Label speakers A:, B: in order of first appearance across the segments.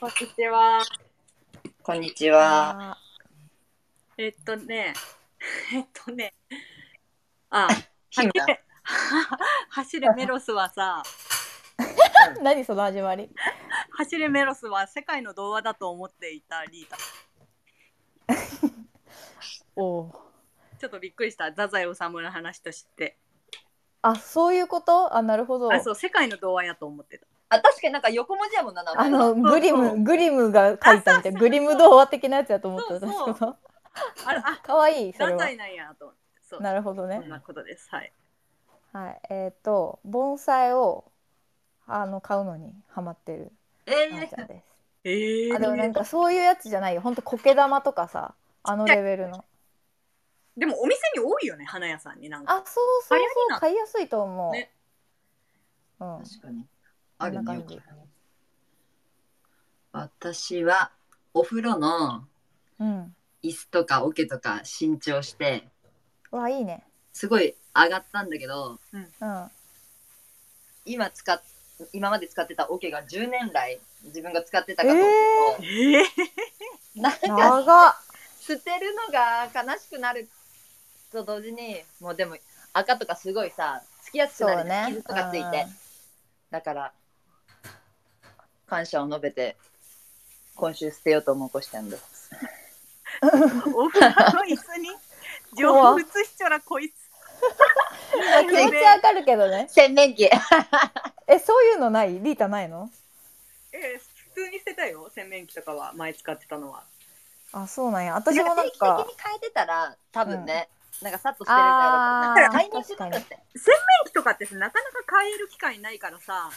A: こんにちは。
B: こんにちは。
C: あ
A: えっとね、えっとね、あ、
B: 姫だ
A: 走れ走れメロスはさ、
C: ー何その始まり
A: 走れメロスは世界の童話だと思っていたリータ。
C: おお
A: ちょっとびっくりした、太宰治の話として。
C: あそういうことあなるほど
A: あ、そう、世界の童話やと思ってた。
B: あ、確かになんか横文字やもんな、名
C: あ
B: 前。
C: のグリ
A: そう
C: ムグリムが書いたみたいなグリム童話的なやつやと思ってた
A: そうそ
C: 私
A: あ、あ、
C: かわいいそれ
A: 太
C: は
A: 宰なんやと思って。そう、
C: なるほど
A: そ
C: ね
A: んなことです。はい。
C: はいえっ、と盆栽をあの買うのにハマってる
B: え
C: な
B: ー
C: んちゃんです
A: えー、
C: あでもなんかそういうやつじゃないよほんと苔玉とかさあのレベルの
A: でもお店に多いよね、花屋さんになんか。
C: あそうそう
A: 流行り
C: そ
A: な
C: う買いやすいと思う、
A: ね
C: うん
B: 確かに。ある
C: こんな
B: ね、
C: 感
B: よ
C: じ
B: く。私は、お風呂の
C: うん
B: 椅子とか桶とか新調して、
C: うわいいね
B: すごい上がったんだけど、
C: うん
B: 今使っ、今まで使ってた桶が10年来自分が使ってた
C: え
B: かと思うと、
A: えー、
B: なんか
C: 長っ
B: 捨てるのが悲しくなると同時に、もうでも赤とかすごいさ、つきやすく
C: そ
B: なる
C: う
B: じゃん、
C: ね
B: 傷とかついて。だから、感謝を述べて、今週捨てようと思うこしたんです。
A: お風呂の椅子に情報移しちょらこいつ。
C: うんまあ気持ちわかるけどね
B: 洗面器
C: えそういうのないリータないの
A: えー普通に捨てたよ洗面器とかは前使ってたのは
C: あそうなんや
B: 私
C: 私
B: も
C: も
B: な
C: なんん
B: か定
C: か
B: 期的に変えてたら、多分ね、なんかさっと捨てれた
C: あ
B: い
C: ー
B: だ買いに行くんだって。
A: 洗面器とかってさなかなか買える機会ないからさ、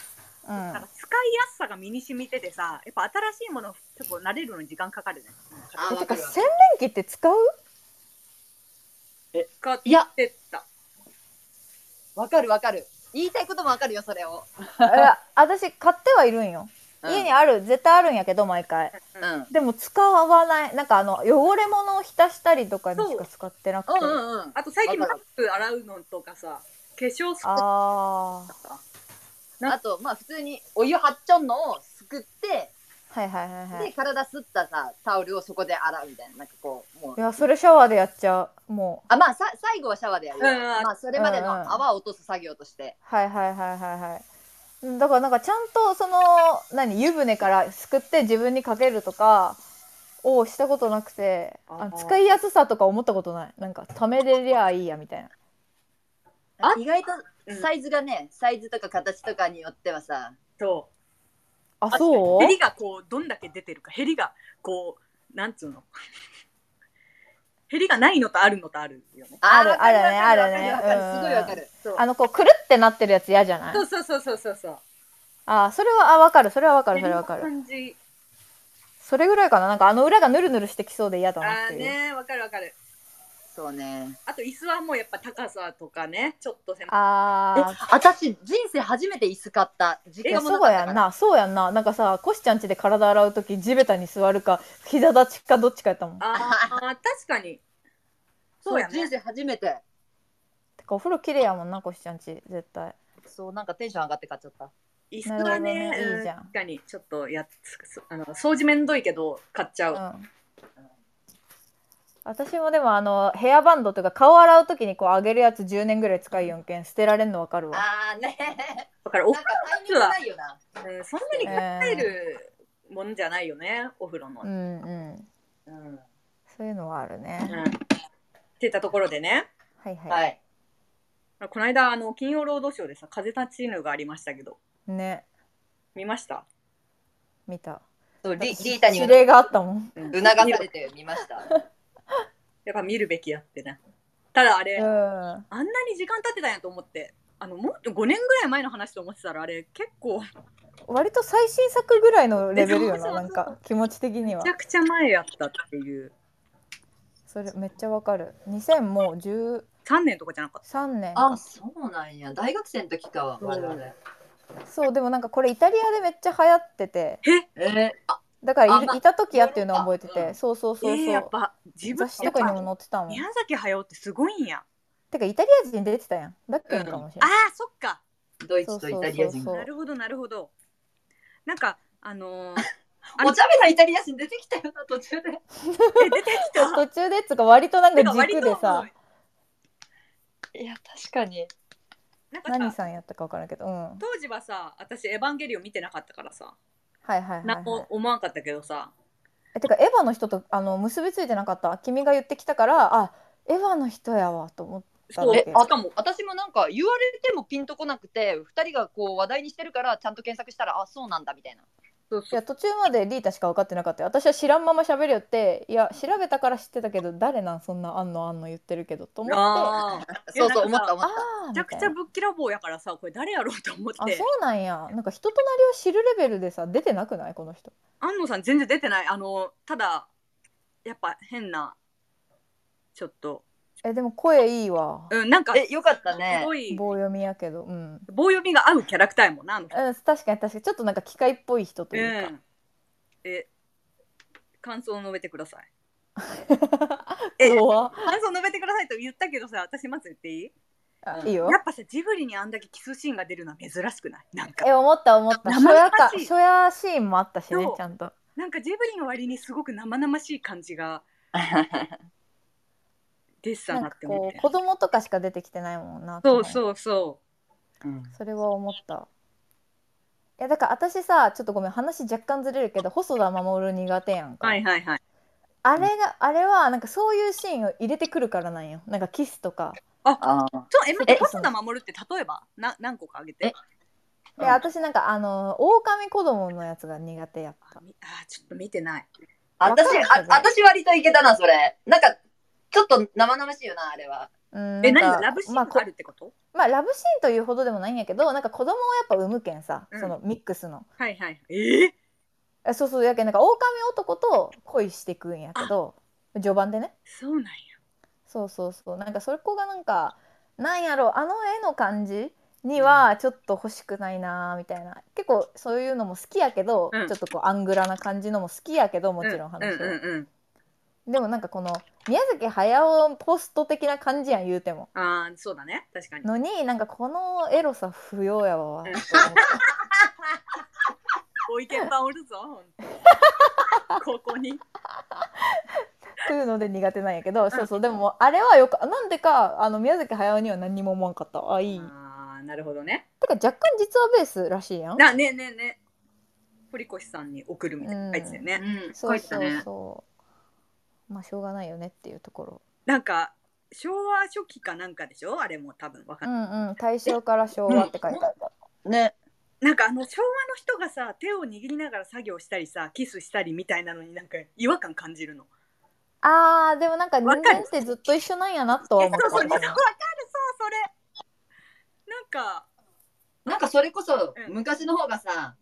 C: う
A: だ
C: ん
A: から使いやすさが身に染みててさやっぱ新しいもの結構慣れるのに時間かかるね
B: あ
C: え
B: ー
C: て
B: わか
C: か
B: るわ
C: 洗面器っ て使う
A: 使っ
B: いや、
A: てた
B: わかるわかる。言いたいこともわかるよ、それを。
C: え私買ってはいるんよ家にある絶対あるんやけど毎回
B: うん。うん
C: でも使わないなんかあの汚れ物を浸したりとかにしか使ってなくて、
B: うんうん。
A: あと最近マ
B: わ
A: ス
B: かる
A: ク洗うのとかさ化粧水と
C: ああ
A: かな
B: あと、まあ普通にお湯張っちょんのをすくって、
C: はいはいはいは
B: で、
C: い
B: 体すったさ、タオルをそこで洗うみたいな。なんかこう、もう
C: い。やそれシャワーでやっちゃうもう
B: あ、まあさ、最後はシャワーでやるよ。
A: うんうん
B: まあそれまでの
C: うんうん
B: 泡を落とす作業として。
C: はいはいはいはいはいだからなんかちゃんとその何湯船からすくって自分にかけるとかをしたことなくてあの
A: あー
C: 使いやすさとか思ったことないなんかためれりゃいいやみたいな
A: あ
B: 意外と
A: うん
B: サイズがね、サイズとか形とかによってはさ
A: と
C: あそう
A: ヘリがこうどんだけ出てるかヘリがこうなんつうの ヘリがないのとあるのとあるよね
C: ある
B: ーわかわか
C: あるね
B: わかる
C: あるね
B: わかるすごいわかる、
A: そう
C: あのこうくるってなってるやつ嫌じゃない
A: そうそうそうそうそうそう
C: あーそれはあ分かるそれは分かるそれは分か
A: ヘリ
C: る
A: の感じ
C: それぐらいかななんかあの裏がぬるぬるしてきそうで嫌だなっ
A: あ
C: て
A: ー
C: いう、
A: ねわかるわかる
B: そうね
A: あと椅子はもうやっぱ高さとかねちょっと狭い
B: え
C: あ
B: 私人生初めて椅子買った
C: ー
B: 実
C: い
B: 家
C: や
B: もな
C: そ
B: か
C: う
B: っ
C: や
B: たか
C: ん
B: ら
C: なそうやんななんかさコシちゃん家で体洗う時地べたに座るか膝立ちかどっちかやったもん
A: あーあー確かにそうやね
B: 人生初めて
C: てかお風呂綺麗やもんなコシちゃんち絶対
B: そうなんかテンション上がって買っちゃった
A: 椅子はね
C: なるほど
A: う
C: ね
A: ん
C: いいじゃん
A: 確かにちょっとやっつあの掃除めんどいけど買っちゃ
C: う
A: う、
C: ん私もでもあのヘアバンドというか顔洗う時にこう上げるやつ10年ぐらい使いよんけん捨てられんの分かるわ
B: あーね
A: だから
B: な
A: お
B: んかタイミングないよな
A: うんそんなに考えるもんじゃないよね、お風呂の、
C: う
A: うん
C: んうん
B: うん
C: そういうのはあるね
A: って言ったところでね
C: はいはい、
B: はい
A: この間あの金曜ロードショーでさ「風立ちぬ」がありましたけど
C: ね
A: 見ました
C: 見た
B: そうリ
C: 私
B: リータに
C: 指令があったもん
A: うん
B: 促さ
A: 見
B: れ
A: る
B: て見ました
A: やっぱ見るべきやってねただあれ、
C: うん
A: あんなに時間経ってたんやと思ってあのもっと5年ぐらい前の話と思ってたらあれ結構め
C: 割と最新作ぐらいのレベル
A: そ
C: よ
A: うそうそ
C: な
A: う
C: なんか気持ち的には
A: ちゃくちゃ前やったっていう
C: それめっちゃわかる2013
A: 3年とかじゃなかっ
C: 年
B: あそうなんや大学生の時かは我々
C: そうでもなんかこれイタリアでめっちゃ流行ってて
A: たえ
B: えー、あ
C: だからい
B: あまあ
C: るいた時やっていうのは覚えて
B: ヨーロッパう
C: て
B: ん
C: そうそうそう
A: え
C: そ
A: ーやっ
C: う
A: ぱ自分
C: 雑誌とかにも載ってたもん
A: 宮崎駿ってすごいんや
C: てかイタリア人出てたやんだっけんかもしれ
A: あ
C: ない、
A: ーそっか
B: ドイツとイタリア
C: そう
B: 人
C: そうそう
A: なるほどなるほどなんかあのーあれ
B: おちゃめなイタリア人出てきたよな途中で
A: え出てきた
C: 途中でっつうか割となんか
A: てか割
C: 軸
A: と
C: でさ
B: いや確かに
A: なんか
C: 何
A: さ
C: さんやったか分からんけどうんはい
A: 当時はさ私エヴァンゲリオン見てなかったからさ
C: はいはい、
A: 何
C: はい
A: も、思わんかったけどさ
C: えてかエヴァの人とあの結びついてなかった君が言ってきたからあエヴァの人やわと思った
A: そう
C: だ
B: え
C: け
A: あ
B: しかも私もなんか言われてもピンとこなくて2人がこう話題にしてるからちゃんと検索したらあそうなんだみたいな
A: そう
C: い
A: そう
C: や途中までリータしか分かってなかったよ私は知らんまま喋りよっていや調べたから知ってたけど誰なんそんなあんのあんの言ってるけどと思ってあ
A: あー
B: そうそう
A: いやな
B: 思っ
A: んかさ
B: た思っ
C: あ
B: た
A: め
C: ーみ
A: ち
C: た
A: ゃ
C: い
A: く
C: な
A: ちゃぶっきらぼうやからさこれ誰やろうと思
C: あ
A: って
C: そうなんやなんか人となりを知るレベルでさ出てなくないこの人
A: 安野さん全然出てないあのただやっぱ変なちょっと
C: えでも声いいわ
A: うんなんかす
B: えよかったね
A: ごい
C: 棒読みやけどうん、
A: 棒読みが合うキャラクターやもんなあの人
C: うん、確かに確かにちょっとなんか機械っぽい人というか、
A: うんえ感想を述べてくださいえ
C: 怖
A: 感想を述べてくださいと言ったけどさ私まず言っていい
C: あいいよ
A: やっぱさジブリにあんだけキスシーンが出るのは珍しくないなんか
C: え思った思った初
A: 生々し
C: 夜か
A: い
C: 初夜シーンもあったしね
A: そう
C: ちゃんと
A: なんかジブリの割にすごく生々しい感じ が出てた
C: なん
A: なっ
C: か
A: て思っ
C: こ
A: て
C: う子供とかしか出てきてないもんな
A: そう
C: う
A: そうそ
C: それは思ったいやだから私さちょっとごめん話若干ずれるけど細田守苦手やん
A: う
C: か、
A: はいはいはい
C: あれがあれはなんかそういうシーンを入れてくるからなんよなんかキスとか
B: あー
A: ちょえ待って
B: え
A: 細田守って例えばな何個かあげて
B: えう
C: で
B: ん
C: 私なんかあの狼子供のやつが苦手やった
A: あみあちょっと見てない
B: 私
C: わかる
B: あ私割といけたなそれなんかちょっと生々しいよなあれは
C: うん
A: え
C: なんか
A: 何ラブシーン
C: まあこ
A: があるってこと
C: まあラブシーンというほどでもないんやけどなんか子供をやっぱ産むけんさ、
A: うん
C: そのミックスの
A: はいはいええ
C: えそうそうやけんなんか狼男と恋してくんやけど序盤でね
A: そうなんや
C: そうそうそうなんかそこがなんかなんやろうあの絵の感じにはちょっと欲しくないなみたいな結構そういうのも好きやけど、
A: うん
C: ちょっとこうアングラな感じのも好きやけどもちろん話は、
A: うんうんうんうん
C: でもなんかこの宮崎駿ポスト的な感じやん言うても
A: あーそうだね確かに
C: のになんかこのエロさ不要や
A: う
C: わ
A: ん
C: と思った
A: ご意見番おるぞほん とここに
C: というので苦手なんや けど、そうそうでもあれはよくなんでかあの宮崎駿には何にも思わんかったあいい、
A: あーなるほどね
C: てか若干実はベースらしいやん
A: なねえねえねえ堀越さんに送るみたいな書いてたよね、
B: うん
C: そ
B: 書
C: うそ
B: いてた
C: う
B: ね
C: そう、まあしょうがないよねっていうところ
A: なんか昭和初期かなんかでしょあれも多分わか
C: うん
A: ない、
C: んうん大正から昭和って書いてあった、
B: ね
A: なんかあの昭和の人がさ手を握りながら作業したりさキスしたりみたいなのになんか違和感感じるの
C: あーでもなんか人
A: わかる
C: 間ってずっと一緒なんやなとは
A: え
C: 思 っ
A: そうそう
C: た
A: わかるそうそれなんか
B: なんかそれこそ
A: うん
B: 昔の方がさ、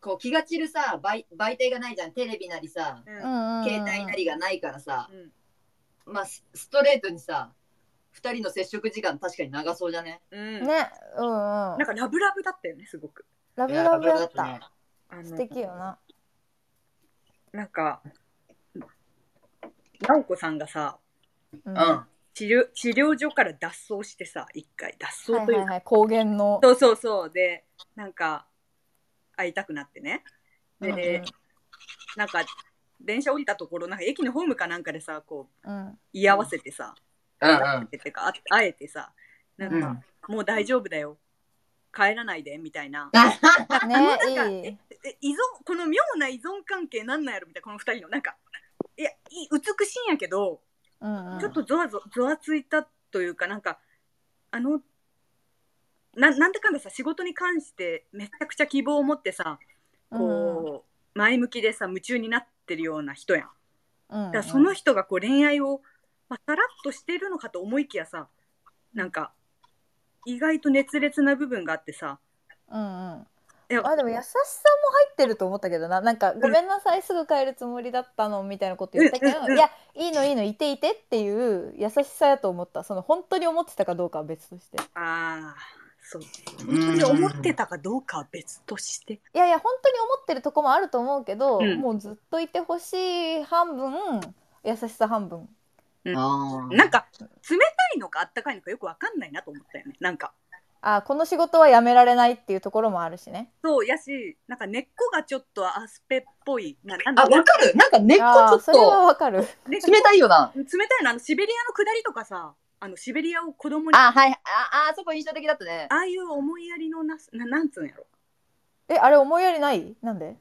B: こう気が散るさ媒媒体がないじゃんテレビなりさ、
A: う
C: うんんうんうん
B: 携帯なりがないからさ、
A: うん
B: まあスストレートにさ2人の接触時間確かに長そうじゃね
A: うん
C: ねうんう
A: な
C: ん
A: んかラブラブだったよねすごく
C: ラブラブやった、
B: いやラブラブだ
A: あ
C: 素
A: の
C: 敵よな
A: なんか直子さんがさ
C: う
B: ねうん
A: 治療治療所から脱走してさ一回脱
C: は
A: 走と
C: い
A: いう
C: はい
A: か、
C: はい高原の
A: そうそうそうでなんか会いたくなってねで、なんか電車降りたところなんか駅のホームかなんかでさこう
C: うんうんうん
A: 居合わせてさ、
B: うん
A: 居合わせてってかあ会えてさなんか、もう大丈夫だよ帰らないでみたいな
C: ねいい
A: え依存この妙な依存関係なんなんやろみたいなこの二人のなんかいやいい美しいんやけど
C: うんうん
A: ちょっとゾワゾゾワついたというかなんかあのななんだかんださ仕事に関してめちゃくちゃ希望を持ってさ
C: うん
A: こう前向きでさ夢中になってるような人やん。
C: うん
A: だからその人がこう恋愛を、まあ、さらっとしてるのかと思いきやさなんか意外と熱烈な部分があってさ
C: うんうん
A: いや
C: あでも優しさも入ってると思ったけどななんか「ごめんなさいすぐ帰るつもりだったの」みたいなこと言ったけ
A: うんう
C: ど
A: ん
C: 「
A: うん
C: いやいいのいいのいていて」っていう優しさやと思ったその本当に思ってたかどうかは別として
A: ああそう
B: うん
A: 本当に 思ってたかどうかは別として
C: いやいや本当に思ってるとこもあると思うけど、
A: うん
C: もうずっといてほしい半分優しさ半分
B: あー
A: なんか冷たいのかあったかいのかよくわかんないなと思ったよねなんか
C: あこの仕事は辞められないっていうところもあるしね
A: そうやしなんか根っこがちょっとアスペっぽいななんだ
B: あ、わかるなんか根っ
C: あ
B: こ
C: ー
B: ち
C: それは
B: ょっ
C: わかる
A: 根っこと
B: 冷たいよな。
A: 冷たいのあのシベリアの下りとかさあのシベリアを子供にあ
B: あ、はい。あ、あそこ印象的だったね。
A: あいう思いやりのなすななんつうんやろ
C: えあれ思いやりないなんで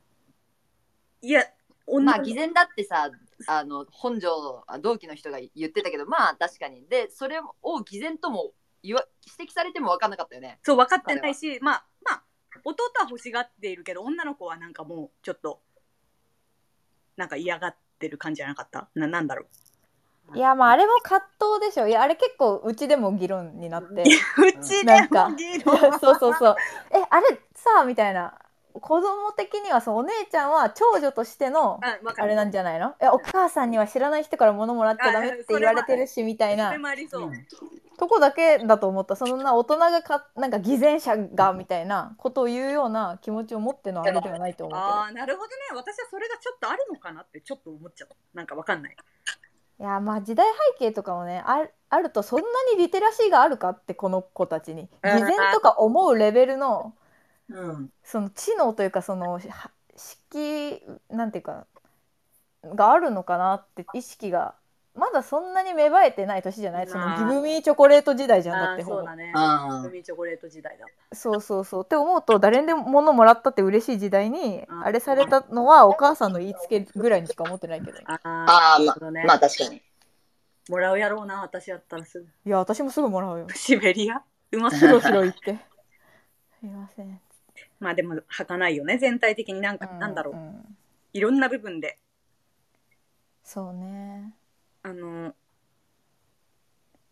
A: いや女
B: まあ
A: の
B: 偽善だってさあの本庄あ同期の人が言ってたけどまあ確かにでそれを偽善とも言わ指摘されても分かんなかったよね
A: そう分かってないしまあまあ弟は欲しがっているけど女の子はなんかもうちょっとなんか嫌がってる感じじゃなかったななんだろ
C: いやまああれも葛藤でしょいやあれ結構うちでも議論になって
A: ううちで
C: なんか
A: も議
C: い
A: 論
C: やそうそうそう えあれさみたいな子供的にはそうお姉ちゃんは長女としての
A: あ分かる
C: あれなんじゃないのえお母さんには知らない人から物もらっちゃダメって言われてるしみたい
A: そ
C: な
A: れもありそう、
B: うん
C: とこだけだと思ったそんな大人がかなんか偽善者がみたいなことを言うような気持ちを持ってのあれではないと思うけ
A: ああなるほどね私はそれがちょっとあるのかなってちょっと思っちゃったなんか分かんない
C: どいやまあ時代背景とかもねあるあるとそんなにリテラシーがあるかってこの子たちに
A: うん
C: 偽善とか思うレベルの
B: うん
C: その知能というかそのは識なんていうかがあるのかなって意識がまだそんなに芽生えてない年じゃないそ
A: ま
C: の
A: あ
C: ギブミーチョコレート時代じゃんだ
A: あ
C: っ
A: あ
C: て
A: そう
C: ほぼ
A: だね
B: あ
A: 海チョコレート時代だ
C: そうそうそうって思うと誰にでも物もらったって嬉しい時代に
A: うん
C: あれされたのはお母さんの言いつけぐらいにしか思ってないけど
A: ああ
B: あ
A: な
B: ま
A: るほどね、
B: まあ確かに
A: もらうやろうな私やったらすぐ
C: いや私もすぐもら うよ
A: シベリアうま
C: ひ
A: そう
C: ろひろ言ってすいません
A: まあでも儚かないよね全体的になんか、
C: う
A: なんだろう
C: うん
A: いろんな部分で
C: そうね
A: あの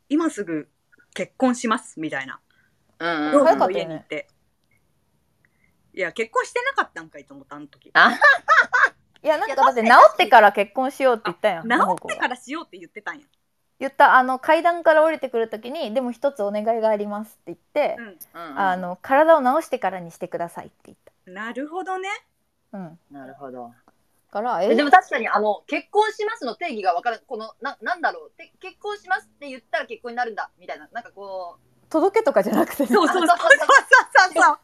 A: 今すぐ結婚しますみたいな
B: うん
A: 同
B: うん
A: 期
C: 早
A: の
C: かったよね
A: 家に行って、いや結婚してなかったんかいと思ったあの時治
B: あ
C: いやなんか
B: いや
C: だって治ってから結婚しようって言ったやん桃子
A: っ
C: が
A: てからしようって言ってたんや、
C: 言ったあの階段から降りてくる時に「でも一つお願いがあります」って言って、
A: う
B: うん
C: あの体を治してからにしてくださいって言っ
A: ん、なるほどね
C: た、うん、
B: なるほど
C: から
B: え
C: え
B: でも確かにあの結婚しますの定義が分からんこのななんだろうて結婚しますって言ったら結婚になるんだみたいななんかこ
C: 届けとかじゃなくて ね
A: そうそうそうそうそうそう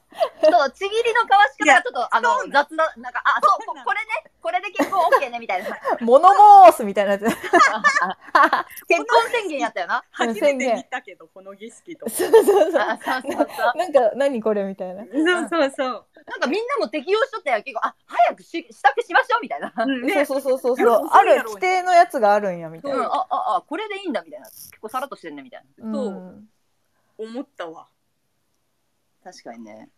B: うそうちぎりの交わし方がちょっとあ
A: そう
B: の雑ななんかあそうここれねこれで結婚 OK ねみた いな
C: 「モノモース」みたいなやつ
B: 結婚宣言やったよな
A: 初めて見たけどこの儀式と
C: そう そうそう
B: あそうそうそう
C: なんか何これみたいな
A: そうそうそう
B: なんかみんなも適用しとったやん結構あ早くし支度しましょうみたいな。う
A: うん
C: そ
A: ね
C: うそうそうそう
A: いや
C: そう
A: 遅
C: あ
A: いやろ
C: る規定のやつがあるんやみたい
B: ん、
C: な、
B: あああこれでいいんだみたいな結構さらっとしてんねみたいな
C: うんん
A: そう思ったわ
B: 確かにね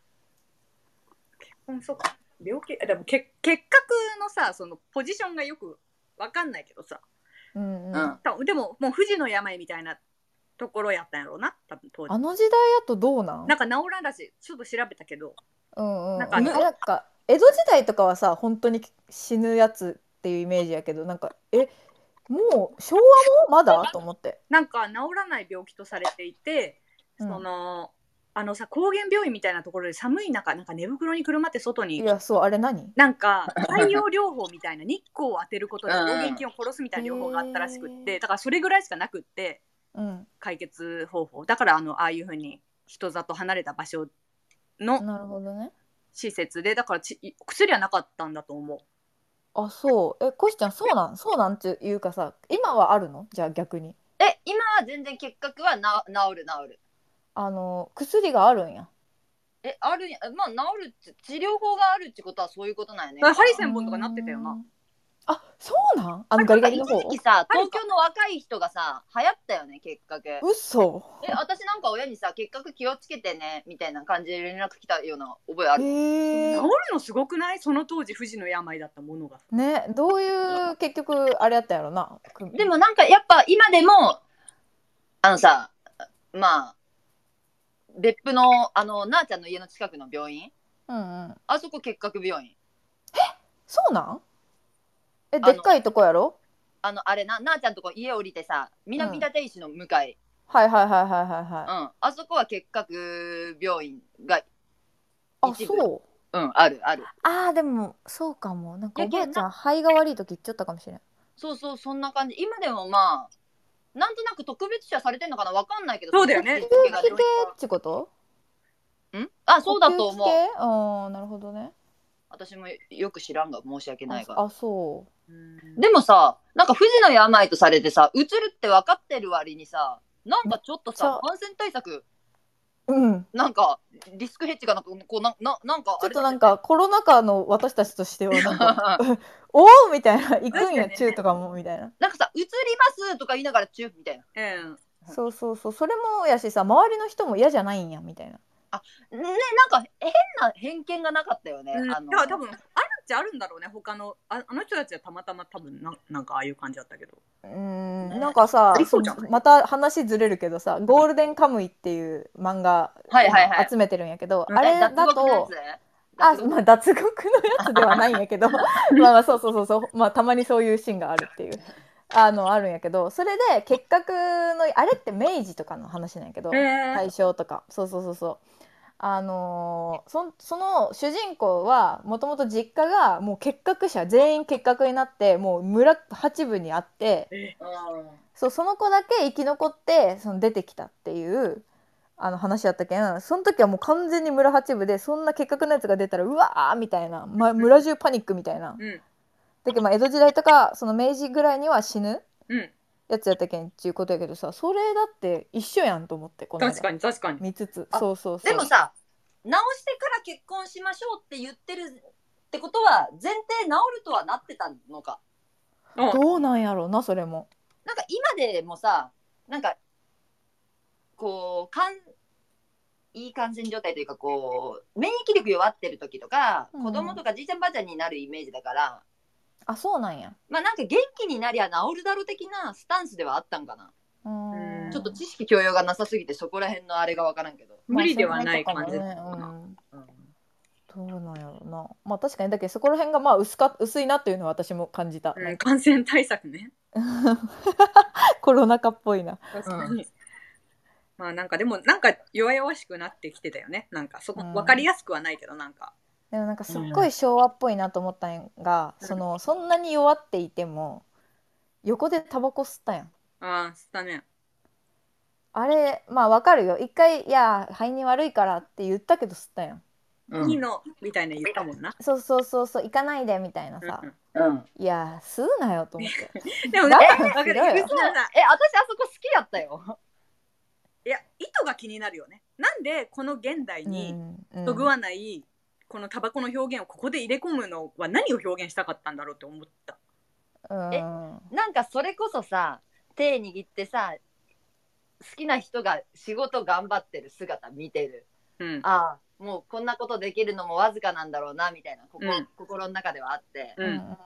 A: うん、そうか。病気、あでもけ結核のさ、そのポジションがよくわかんないけどさ。
C: うんうん
B: うん
A: 多分でも、もう不治の病みたいなところやったんやろうな、多分当
C: あ
A: 時。
C: の時代だとどうなん
A: なんか治らんらしい。ちょっと調べたけど。
C: うんうん
A: なん
C: な
A: か
C: んか江戸時代とかはさ本当に死ぬやつっていうイメージやけどなんかえもう昭和もまだと思って、
A: なんか治らない病気とされていて、
C: うん
A: その、あのさ、高原病院みたいなところで寒い中、なんか寝袋にくるまって外
C: い
A: に、
C: やそうあれ何
A: なんか太陽療法みたいな、日光を当てることで
B: うん
A: 抗原菌を殺すみたいな療法があったらしくっ
C: へ
A: て、
C: ー
A: だからそれぐらいしかなくって。
C: うん
A: 解決方法だからあのああいうふうに人里離れた場所の
C: なるほどね
A: 施設でだからち薬はなかったんだと思う
C: あそうえコシちゃんそうなんそうなんっていうかさ今はあるのじゃあ逆に
B: え今は全然結核はな治る治る
C: あの薬があるんや
B: えあるんやまあ治るって治療法があるってことはそういうことなんやね
A: あハリセンボンとかなってたよ
C: う
A: なん
C: あそうなんあのガリガリの方
B: 一時期さ東京の若い人がさ流行ったよね結核え
C: 嘘
B: 私なんか親にさ結核気をつけてねみたいな感じで連絡来たような覚えある
C: へ
A: 治
C: え
A: るのすごくないその当時不治の病だったものが
C: ねどういう結局あれやったんやろな
B: でもなんかやっぱ今でもあのさまあ別府のあのなあちゃんの家の近くの病院
C: うんうん
B: あそこ結核病院
C: そうなんえ
B: の
C: でっかいとこやろ
B: あのあれななあちゃんとこ家降りてさ南立石の向かい、
C: はいはいはいはいはい
B: うん
C: はい
B: あそこは結核病院が
C: あ
B: 一部
C: そう
B: うんあるある
C: あーでもそうかもなんか
B: や
C: お
B: け
C: ば
B: ん
C: あちゃん肺が悪い時言っちゃったかもしれない
B: そうそうそんな感じ今でもまあなんとなく特別視はされてんのかなわかんないけど
A: そうだよね
B: 特別視が
C: 定期系ってこと
B: んあそうだと思
C: 呼吸
B: う
C: 器系ああなるほどね
B: 私もよく知らんが申し訳ない
C: あ
B: が
C: あそう
A: で
B: でもさなんか不治の病とされてさうつるって分かってる割にさなんかちょっと
C: めっ
B: さ
C: ちゃ
B: 感染対策
C: うん
B: なんかリスクヘッジがなんかこうなななんか
C: ちょ
B: あ
C: っ
B: れ
C: と
B: だ
C: な
B: よね
C: んかコロナ禍の私たちとしてはな んかおおみたいな行く
A: 確
C: ん
A: か
C: や
A: にね
C: 中とかもみたいな
B: なんかさ「映ります」とか言いながらチューみたいな
A: うん
C: そうそうそうそれもやしさ周りの人も嫌じゃないんやみたいな
B: ねなんか変な偏見がなかったよね、
A: うん、
B: あ
A: だ
B: の
A: から多分あるっちゃあるんだろうね他のああの人たちはたまたま多分ななんかああいう感じだったけど
C: うーん
B: ね
C: なんかさ
A: ありそうじゃない
C: そまた話ずれるけどさ「ゴールデンカムイ」っていう漫画
B: はいはいはい
C: 集めてるんやけど、
A: うん
C: あ
B: え
C: れだ
B: 脱獄のや
C: と
B: つね脱
C: あ、
B: 獄
C: まあ、脱獄のやつではないんやけ どまあまあそうそうそうそう、まあ、たまにそういうシーンがあるっていうあのあるんやけどそれで結核のあれって明治とかの話なんやけど、
A: え
C: 対象とかそうそうそうそうあのーそんその主人公はもともと実家がもう結核者全員結核になってもう村八部にあってそうその子だけ生き残ってその出てきたっていうあの話やったけんその時はもう完全に村八部でそんな結核のやつが出たらうわーみたいな、ま、村中パニックみたいな。
A: うん
C: だけどまあ江戸時代とかその明治ぐらいには死ぬ
A: うん
C: やつやったけんっていうことやけどさそれだって一緒やんと思ってこの間
A: 確かに確かに
C: 見つつ
B: あ
C: そうそうそう
B: でもさ直してから結婚しましょうって言ってるってことは前提治るとはなってたのか
A: うん
C: どうなんやろうなそれも
B: なんか今でもさなんかこうかんいい感染状態というかこう免疫力弱ってる時とか
C: うん
B: 子供とかじいちゃんばあちゃんになるイメージだから、
C: あそうなんや
B: まあなんか元気になりゃ治るだろう的なスタンスではあったんかな、
C: うーん
B: ちょっと知識教養がなさすぎてそこら辺のあれが分からんけど、
A: 無理ではない感じ
C: まあそんなとかもね
B: うん
C: うん、どうなんやろうなまあ確かにだけどそこら辺がまあ薄か薄いなっていうのは私も感じた、
A: うん、感染対策ね。
C: コロナ禍っぽいな
A: 確かに。まあなんかでもなんか弱々しくなってきてたよね。なんかそこ
C: うん
A: 分かりやすくはないけどなんか。
C: でもなんかすっごい昭和っぽいなと思ったんが、
A: うん
C: そのそんなに弱っていても横でタバコ吸ったやん
A: ああ、したね。
C: あれまあわかるよ一回「いや肺に悪いから」って言ったけど吸ったやん
B: うん
A: いいのみたいな言ったもんな。
C: そうそうそうそう行かないでみたいなさ、
A: うん
B: うん
C: いや吸うなよと思って
A: でも
C: だ
A: なん
C: から
A: か、だけど、
C: ひどい
A: ゆ
C: よ
A: うきさんさ
B: え私あそこ好きやったよ。
A: いや、意図が気になるよね。なんでこの現代 に
C: うん
A: そぐわない、このタバコの表現をここで入れ込むのは何を表現したかったんだろうって思った。
C: うん
B: えなんかそれこそさ手握ってさ好きな人が仕事頑張ってる姿見てる
A: うん。
B: ああもうこんなことできるのもわずかなんだろうなみたいなここ、
A: うん
B: 心の中ではあって、
A: う。
C: うんん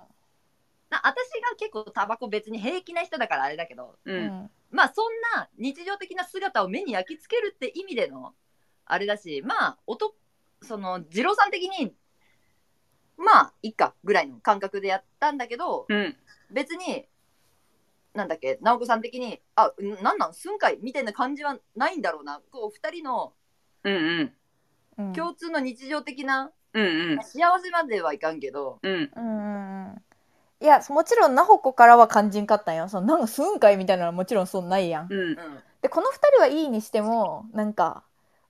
B: な私が結構タバコ別に平気な人だからあれだけど
A: う。
C: うんん
B: まあそんな日常的な姿を目に焼き付けるって意味でのあれだしまあおとその二郎さん的にまあいっかぐらいの感覚でやったんだけど、
A: うん。
B: 別になんだっけ直子さん的に「あんなんなんすんかい」みたいな感じはないんだろうなこう二人の
A: うん。うん。
C: うん
B: 共通の日常的な
A: うん。
B: 幸せまではいかんけど、
A: うん。
C: うんうんうんいやもちろんナホコからは感じんかったんよそのなんかすんかいみたいなのはもちろんそんないやん、
A: うん。
B: うん
C: でこの2人はいいにしてもなんか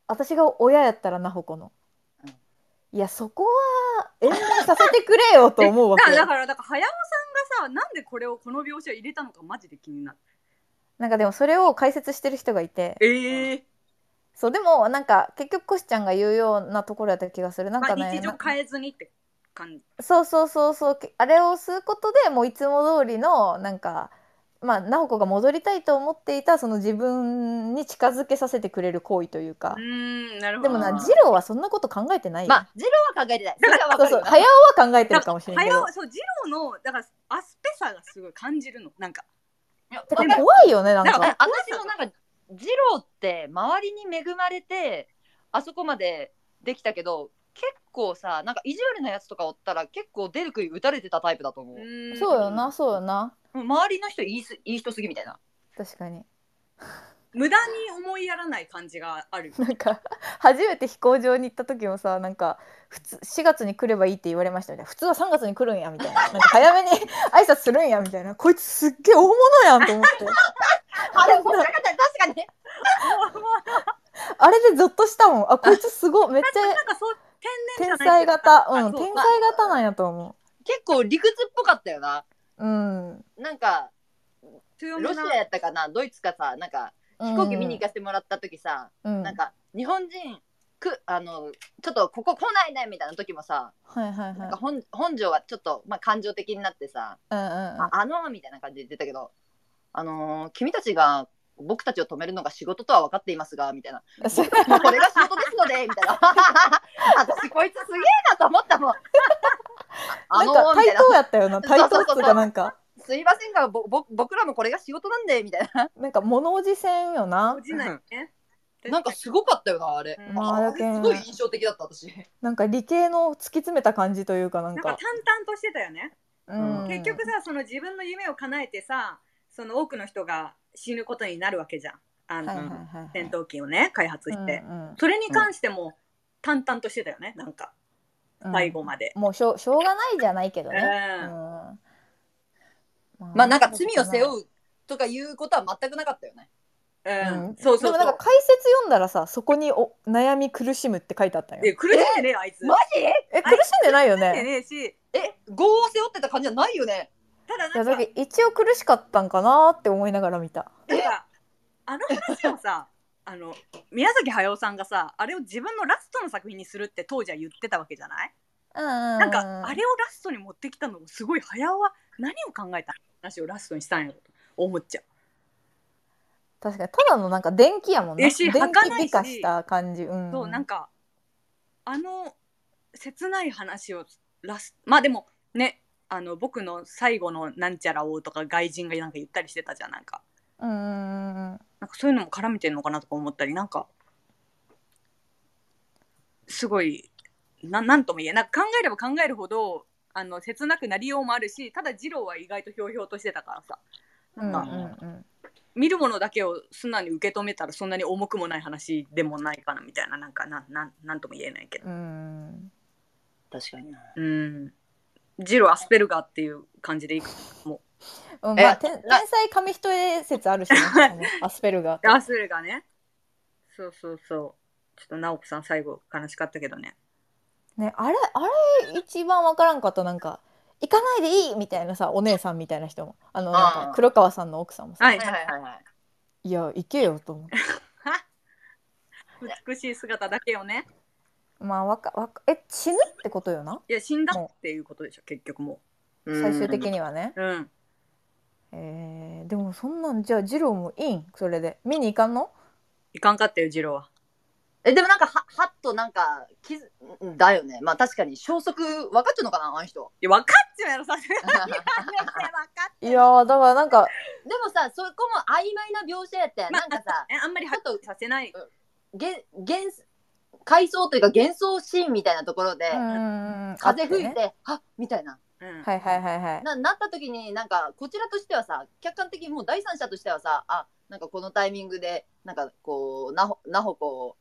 C: 私が親やったらナホコの、
B: うん
C: いやそこは遠慮させてくれよと思うわ
A: だか ら、
C: け
A: だ
C: よ
A: から、だから、早尾さんがさ、なんでこれを、この描写を入れたのか、マジで気になる。
C: なんかでもそれを解説してる人がいて
A: ええ
C: そうでもなんか結局コシちゃんが言うようなところやった気がするなん
A: ま
C: か
A: あ、
C: ね
A: 日常
C: な
A: 変えずにって感じ。
C: そうそうそうそうけあれを吸うことでもういつも通りのなんかまあ直子が戻りたいと思っていたその自分に近づけさせてくれる行為というか
A: うーん、なるほ
C: で
A: ど。
C: もな
B: あー
C: 二郎はそんなこと考えてないよ
B: まあ次郎は考えてないそれはわか
C: そう
B: る
C: そ
B: よ
C: う早尾は考えてるかもしれないけ
A: 早
C: ど
A: 尾、そう、ジローの、だから、アスペさがすごい感じるの、なんか。
B: いや
C: てか
B: わかる
C: 怖いよねなん
A: なん
C: か
A: か
B: え私もなんか次郎って周りに恵まれてあそこまでできたけど結構さなんか意地悪なやつとかおったら結構出る杭打たれてたタイプだと思う、
C: そうよな。そうよな
B: 周りの人いいすいい人すぎみたいな
C: 確かに
A: 無駄に思いやらない感じが ある。
C: なんか初めて飛行場に行った時もさなんか普通4月に来ればいいって言われましたみたいな普通は3月に来るんやみたいななんか早めに 挨拶するんやみたいなこいつすっげえ大物やんと思って
B: あれ、そんな方、確かに。
C: ああれでゾッとしたもんあこいつすごいめっち
A: なん
C: ゃ
A: かそう天然
C: 天
A: じゃないけ
C: 才
A: ど
C: 型
A: あ
C: うん
A: そう
C: 天才型なんやと思
B: 結構理屈っぽかったよな
C: ううん
B: なんか
A: 強め
B: ロシ
A: な
B: アやったかなドイツかさなんか飛行機見に行かせてもらった時さ、
C: うん
B: なんか日本人くあのちょっとここ来ないねみたいな時もさ、
C: はいはいはい
B: なんか本本庄はちょっと、まあ、感情的になってさ
C: う
B: 「
C: ん
B: ああのー」みたいな感じで言ってたけど「あのー君たちが僕たちを止めるのが仕事とは分かっていますが」みたいな
C: うんうんそれ
B: 「これが仕事ですので」みたいな 「私こいつすげえ な」と思ったもん。あ
C: なん
B: の
C: か
B: ー、みたい
C: 対
B: な
C: 等やったよな対等っつ
B: そう
C: う
B: そうそ
C: か
B: う
C: なんか
B: 「すいませんがぼぼ僕らもこれが仕事なんで」みたいな
C: なんか物おじせんよな
A: 落ちないね
B: なんかすごかったよなあれ
A: うん
C: まあ
B: ああれすごい
C: だけ
B: 印象的だった私
C: なんか理系の突き詰めた感じというかなん
A: なんか
C: か
A: 淡々としてたよね
C: うん
A: 結局さその自分の夢を叶えてさその多くの人が死ぬことになるわけじゃんあの、
C: はいはいはいはい
A: 戦闘機をね開発して、
C: うんうん
A: それに関しても淡々としてたよねなんか
C: うん
A: 最後まで、
C: もうしょうしょうがないじゃないけど
A: うん
C: ね、うんま
B: まあなんか罪を背負うとかいうことは全くなかったよね
A: うん
C: うん
A: そうそう
C: でも
A: そ
C: なん
A: う
C: か解説読んだらさそこにお「悩み苦しむ」って書いてあったよ
A: で
C: え
A: 苦しんでねえよあいつ
B: マジ
C: 苦しんでないよ
A: 苦しんで
C: ね
A: ねえし
B: え業を背負ってた感じじゃないよね
A: ただ
C: い
A: な
C: や
A: んか
C: だけど一応苦しかったんかなって思いながら見た
A: なんかあの話もさ あの宮崎駿さんがさあれを自分のラストの作品にするって当時は言ってたわけじゃない、
C: な
A: なんかあれをラストに持ってきたのもすごい駿は何を考えた話をラストにしたんやろと思っちゃう
C: 確かにただのなんか電気やもん
A: え
C: ね
A: し
C: 電
A: 儚いし
C: 気美化した感じうん
A: そうなんかあの切ない話をラスまあでもねあの僕の最後のなんちゃら王とか外人がなんか言ったりしてたじゃんなんか
C: うんうんうんうん
A: なんかそういうのも絡めてるのかなとか思ったりなんかすごいななんとも言えなんか考えれば考えるほどあの切なくなりようもあるしただ二郎は意外とひょうひょうとしてたからさ
C: うん
A: な
C: うん
A: か
C: ん
A: 見るものだけを素直に受け止めたらそんなに重くもない話でもないかなみたいななんかなんなんなんとも言えないけど。
C: うんうん
B: 確かにな
A: うん。ジローアスペルガーっていう感じでいく。
C: うん
B: え
C: まあ、天
B: な
C: 天才紙一重説あるし、 ね、あのアスペルガーって
A: アスペルガーね。そうそうそう。ちょっと直子さん最後悲しかったけどね。
C: ねあれあれ一番わからんかったなんか「行かないでいい!」みたいなさお姉さんみたいな人もあのなん
B: あ
C: か
B: ー
C: 黒川さんの奥さんもさ「
A: はい
B: はい。はいはいはい
C: いや行けよ」と思って
A: 美しい姿だけをね。
C: まあわかわかえ死ぬってことよない
A: や、死んだっていうことでしょ、結局も
C: 最終的にはね
A: う。うん。
C: えーでもそんなんじゃあ二郎もいいんそれで見に行かんの
A: いかんかったよ、ジローは。
B: えでもなんかははっとなんか気づんだよねまあ確かに消息分かっちゃうのかなあの 人
A: いや、分かっちまうやろ、さすがに。
B: でも
A: 分かっ
C: いやーだからなんか
B: さそこも曖昧な描写やって、
A: まあ
B: なんかさ
A: え、あんまりハッとさせない。
B: げ幻回想というか幻想シーンみたいなところで、
C: うーん
B: 風吹い
C: あってね
B: はっみたいな
A: うん。
C: はいはいはいはい
B: ななった時になんかこちらとしてはさ客観的にもう第三者としてはさあなんかこのタイミングでなんかこうなほなほこを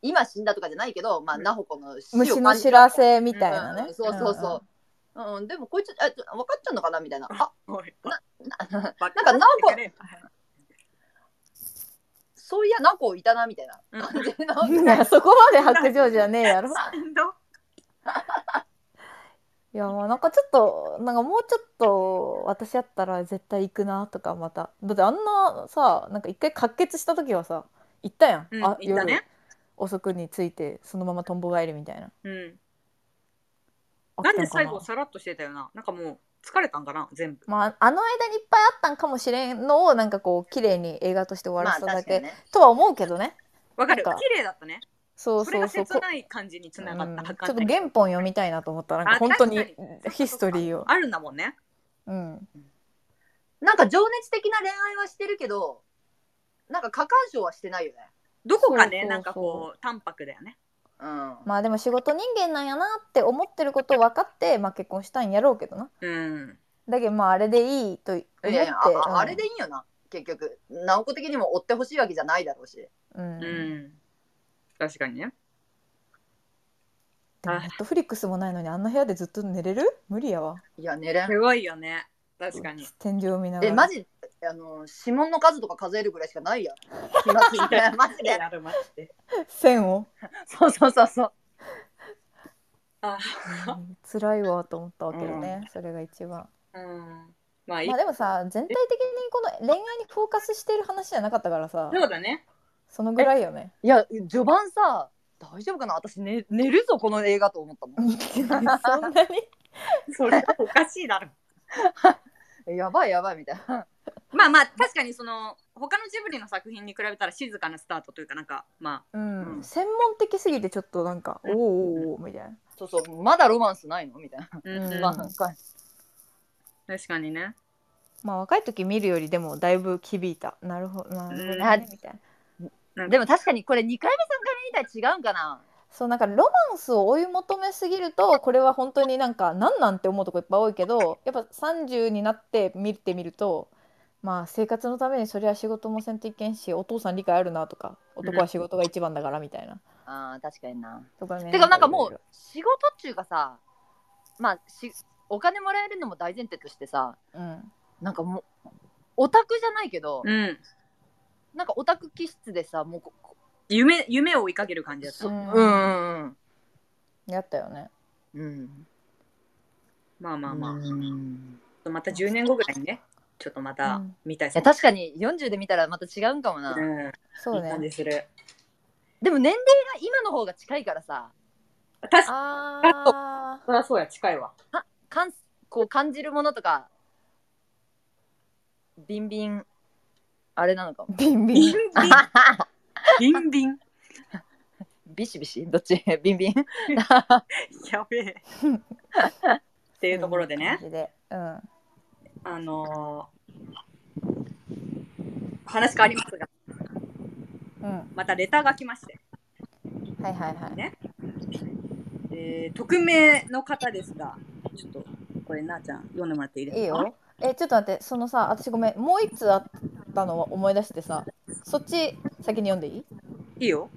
B: 今死んだとかじゃないけど、まあ、
A: うん
B: なほこの死を
C: 虫の
B: 感じた
C: 知ら
B: み
C: せみたいなね、
B: うんそうそうそう、うんでもこいつあちょ分かっちゃうのかなみたいなあ
A: おい
B: な
A: なん
B: か直子
A: ね
B: そういやなこいたなみたいな
A: うん
B: 感じの
C: うんいやそこまで白状じゃねえやろいやまあなんかちょっとなんかもうちょっと私やったら絶対行くなとかまただってあんなさなんか一回滑血した時はさ行ったやん、
A: うん
C: あ
A: 行ったね
C: 夜遅くに着いてそのままとんぼ返りみたいな
A: うん。
C: あっ
A: なん
C: た
A: で
C: んか
A: 最後さらっとしてたよな。なんかもう疲れたんかな、全部。
C: まあ、あの間にいっぱいあったんかもしれんのをなんかこう綺麗に映画として終わらせただけ、
B: まあ確かにね
C: とは思うけどね
A: わかる。
C: なんか
A: 綺麗だったね。
C: そう
A: それ
C: そう
A: が
C: そう
A: 切ない感じにつなが
C: うん
A: った。
C: ちょ
A: わ
C: っと
A: かんない
C: 原本読みたいなと思ったらなんか
A: あ
C: 本当に
A: 確か
C: ヒストリーを、
A: あるんだもんね。
C: うん、
B: なんか情熱的な恋愛はしてるけどなんか過干渉はしてないよね
A: どこかね
C: そうそうそう
A: なんかこう淡白だよね。
B: うん
C: まあでも仕事人間なんやなって思ってることを分かって、まあ、結婚したいんやろうけどな
A: うん。
C: だけどまああれでいいと思って
B: いやいや、
C: うん
B: ああれでいいよな、結局。直子的にも追ってほしいわけじゃないだろうし。
C: うん
A: う
C: で
A: ん。確かにね。
C: もネットフリックスもないのにあんな部屋でずっと寝れる無理やわ
B: いや、寝れん。
A: すごいよね。確かに。
C: 天井を見ながら
B: え、マジ、あの指紋の数とか数えるぐらいしかないやん。暇すぎて マジで。
A: なるまして。
C: 線を
B: そうそうそうそう。
A: あ、
C: うん 辛いわと思ったわけよね、それが一番
A: うん。まあいい
C: まあ。でもさ全体的にこの恋愛にフォーカスしてる話じゃなかったからさ
A: そうだね。
C: そのぐらいよね
B: いや序盤さ大丈夫かな私、ね、寝るぞこの映画と思ったも
C: そんなに
A: それはおかしいだろ。
B: ん。やばいやばいみたいな。
A: まあまあ確かにその他のジブリの作品に比べたら静かなスタートというかなんかま
C: うん、
A: うん
C: 専門的すぎてちょっとなんかおーおーおーみたいな
B: そうそうまだロマンスないのみたいな。
A: あ、うん
C: うん
B: まあなんか
A: 確かにね。
C: まあ若い時見るよりでもだいぶ響いたなるほどなるほど
B: うん
C: ねみたいな
B: でも確かにこれ2回目3回目見たら違うんかな。
C: そうなんかロマンスを追い求めすぎるとこれは本当になんか何なんて思うとこいっぱい多いけどやっぱ30になって見てみるとまあ生活のためにそりゃ仕事もせんといけんしお父さん理解あるなとか男は仕事が一番だからみたいな、
B: あー確かにな。
C: とかね
B: てかなんかもう仕事っちゅうかさまあしお金もらえるのも大前提としてさ
C: う、うん、
B: なんかもうオタクじゃないけど、
A: うん。
B: なんかオタク気質でさもうここ
A: 夢夢を追いかける感じだった
B: そ。う
C: うん
B: うんうん
C: やったよね
B: うん
A: まあまあまあ。
B: うん
A: また10年後ぐらいにね、ちょっとまた
C: うん
A: 見たい
B: いや確かに40で見たらまた違うんかもな、
A: うん、
C: そう
A: いい感
C: ね
A: じする。
B: でも年齢が今の方が近いからさ
A: 確か
C: あ
A: そりゃそうや、近いわ。
B: かんこう感じるものとかビンビンあれなのか も
C: ービン
A: ビ
C: ビ
A: ン
C: ン
A: ビン、ビンビン。
B: ビシビシどっち ビンビン
A: やべ え。っていうところで
C: 感
A: ね、
C: じでうん
A: あのー話変わりますが、
C: うん
A: またレターが来まして、
C: はいはいはい、
A: ねえー匿名の方ですが、ちょっとこれ、なあちゃん、読んでもらっていいですか
C: いいよ。え、ちょっと待って、そのさ、私ごめん、もう一つあったのを思い出してさ、そっち先に読んでいい
A: いいよ。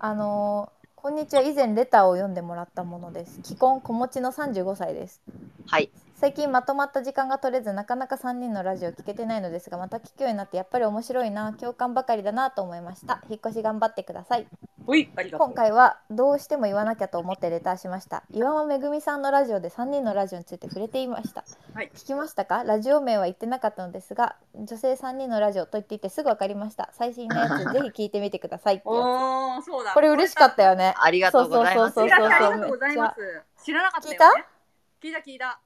C: あのーこんにちは、以前レターを読んでもらったものです。既婚子持ちの35歳です。
B: はい
C: 最近まとまった時間が取れず、なかなか3人のラジオ聞けてないのですが、また聞くようになって、やっぱり面白いな、共感ばかりだなと思いました。引っ越し頑張ってください。
A: おい、ありがとう
C: 今。回はどうしても言わなきゃと思ってレターしました岩間めぐみさんのラジオで3人のラジオについて触れていました、
A: はい
C: 聞きましたかラジオ名は言ってなかったのですが女性3人のラジオと言っていてすぐ分かりました最新のや つぜひ聞いてみてくださいっていうや
A: おー、そうだ。
C: つこれ嬉しかったよね
B: ありがとうございます
C: そうそうそうそう
A: ありがとうございます。知らなかったよ、ね。聞いた聞いた。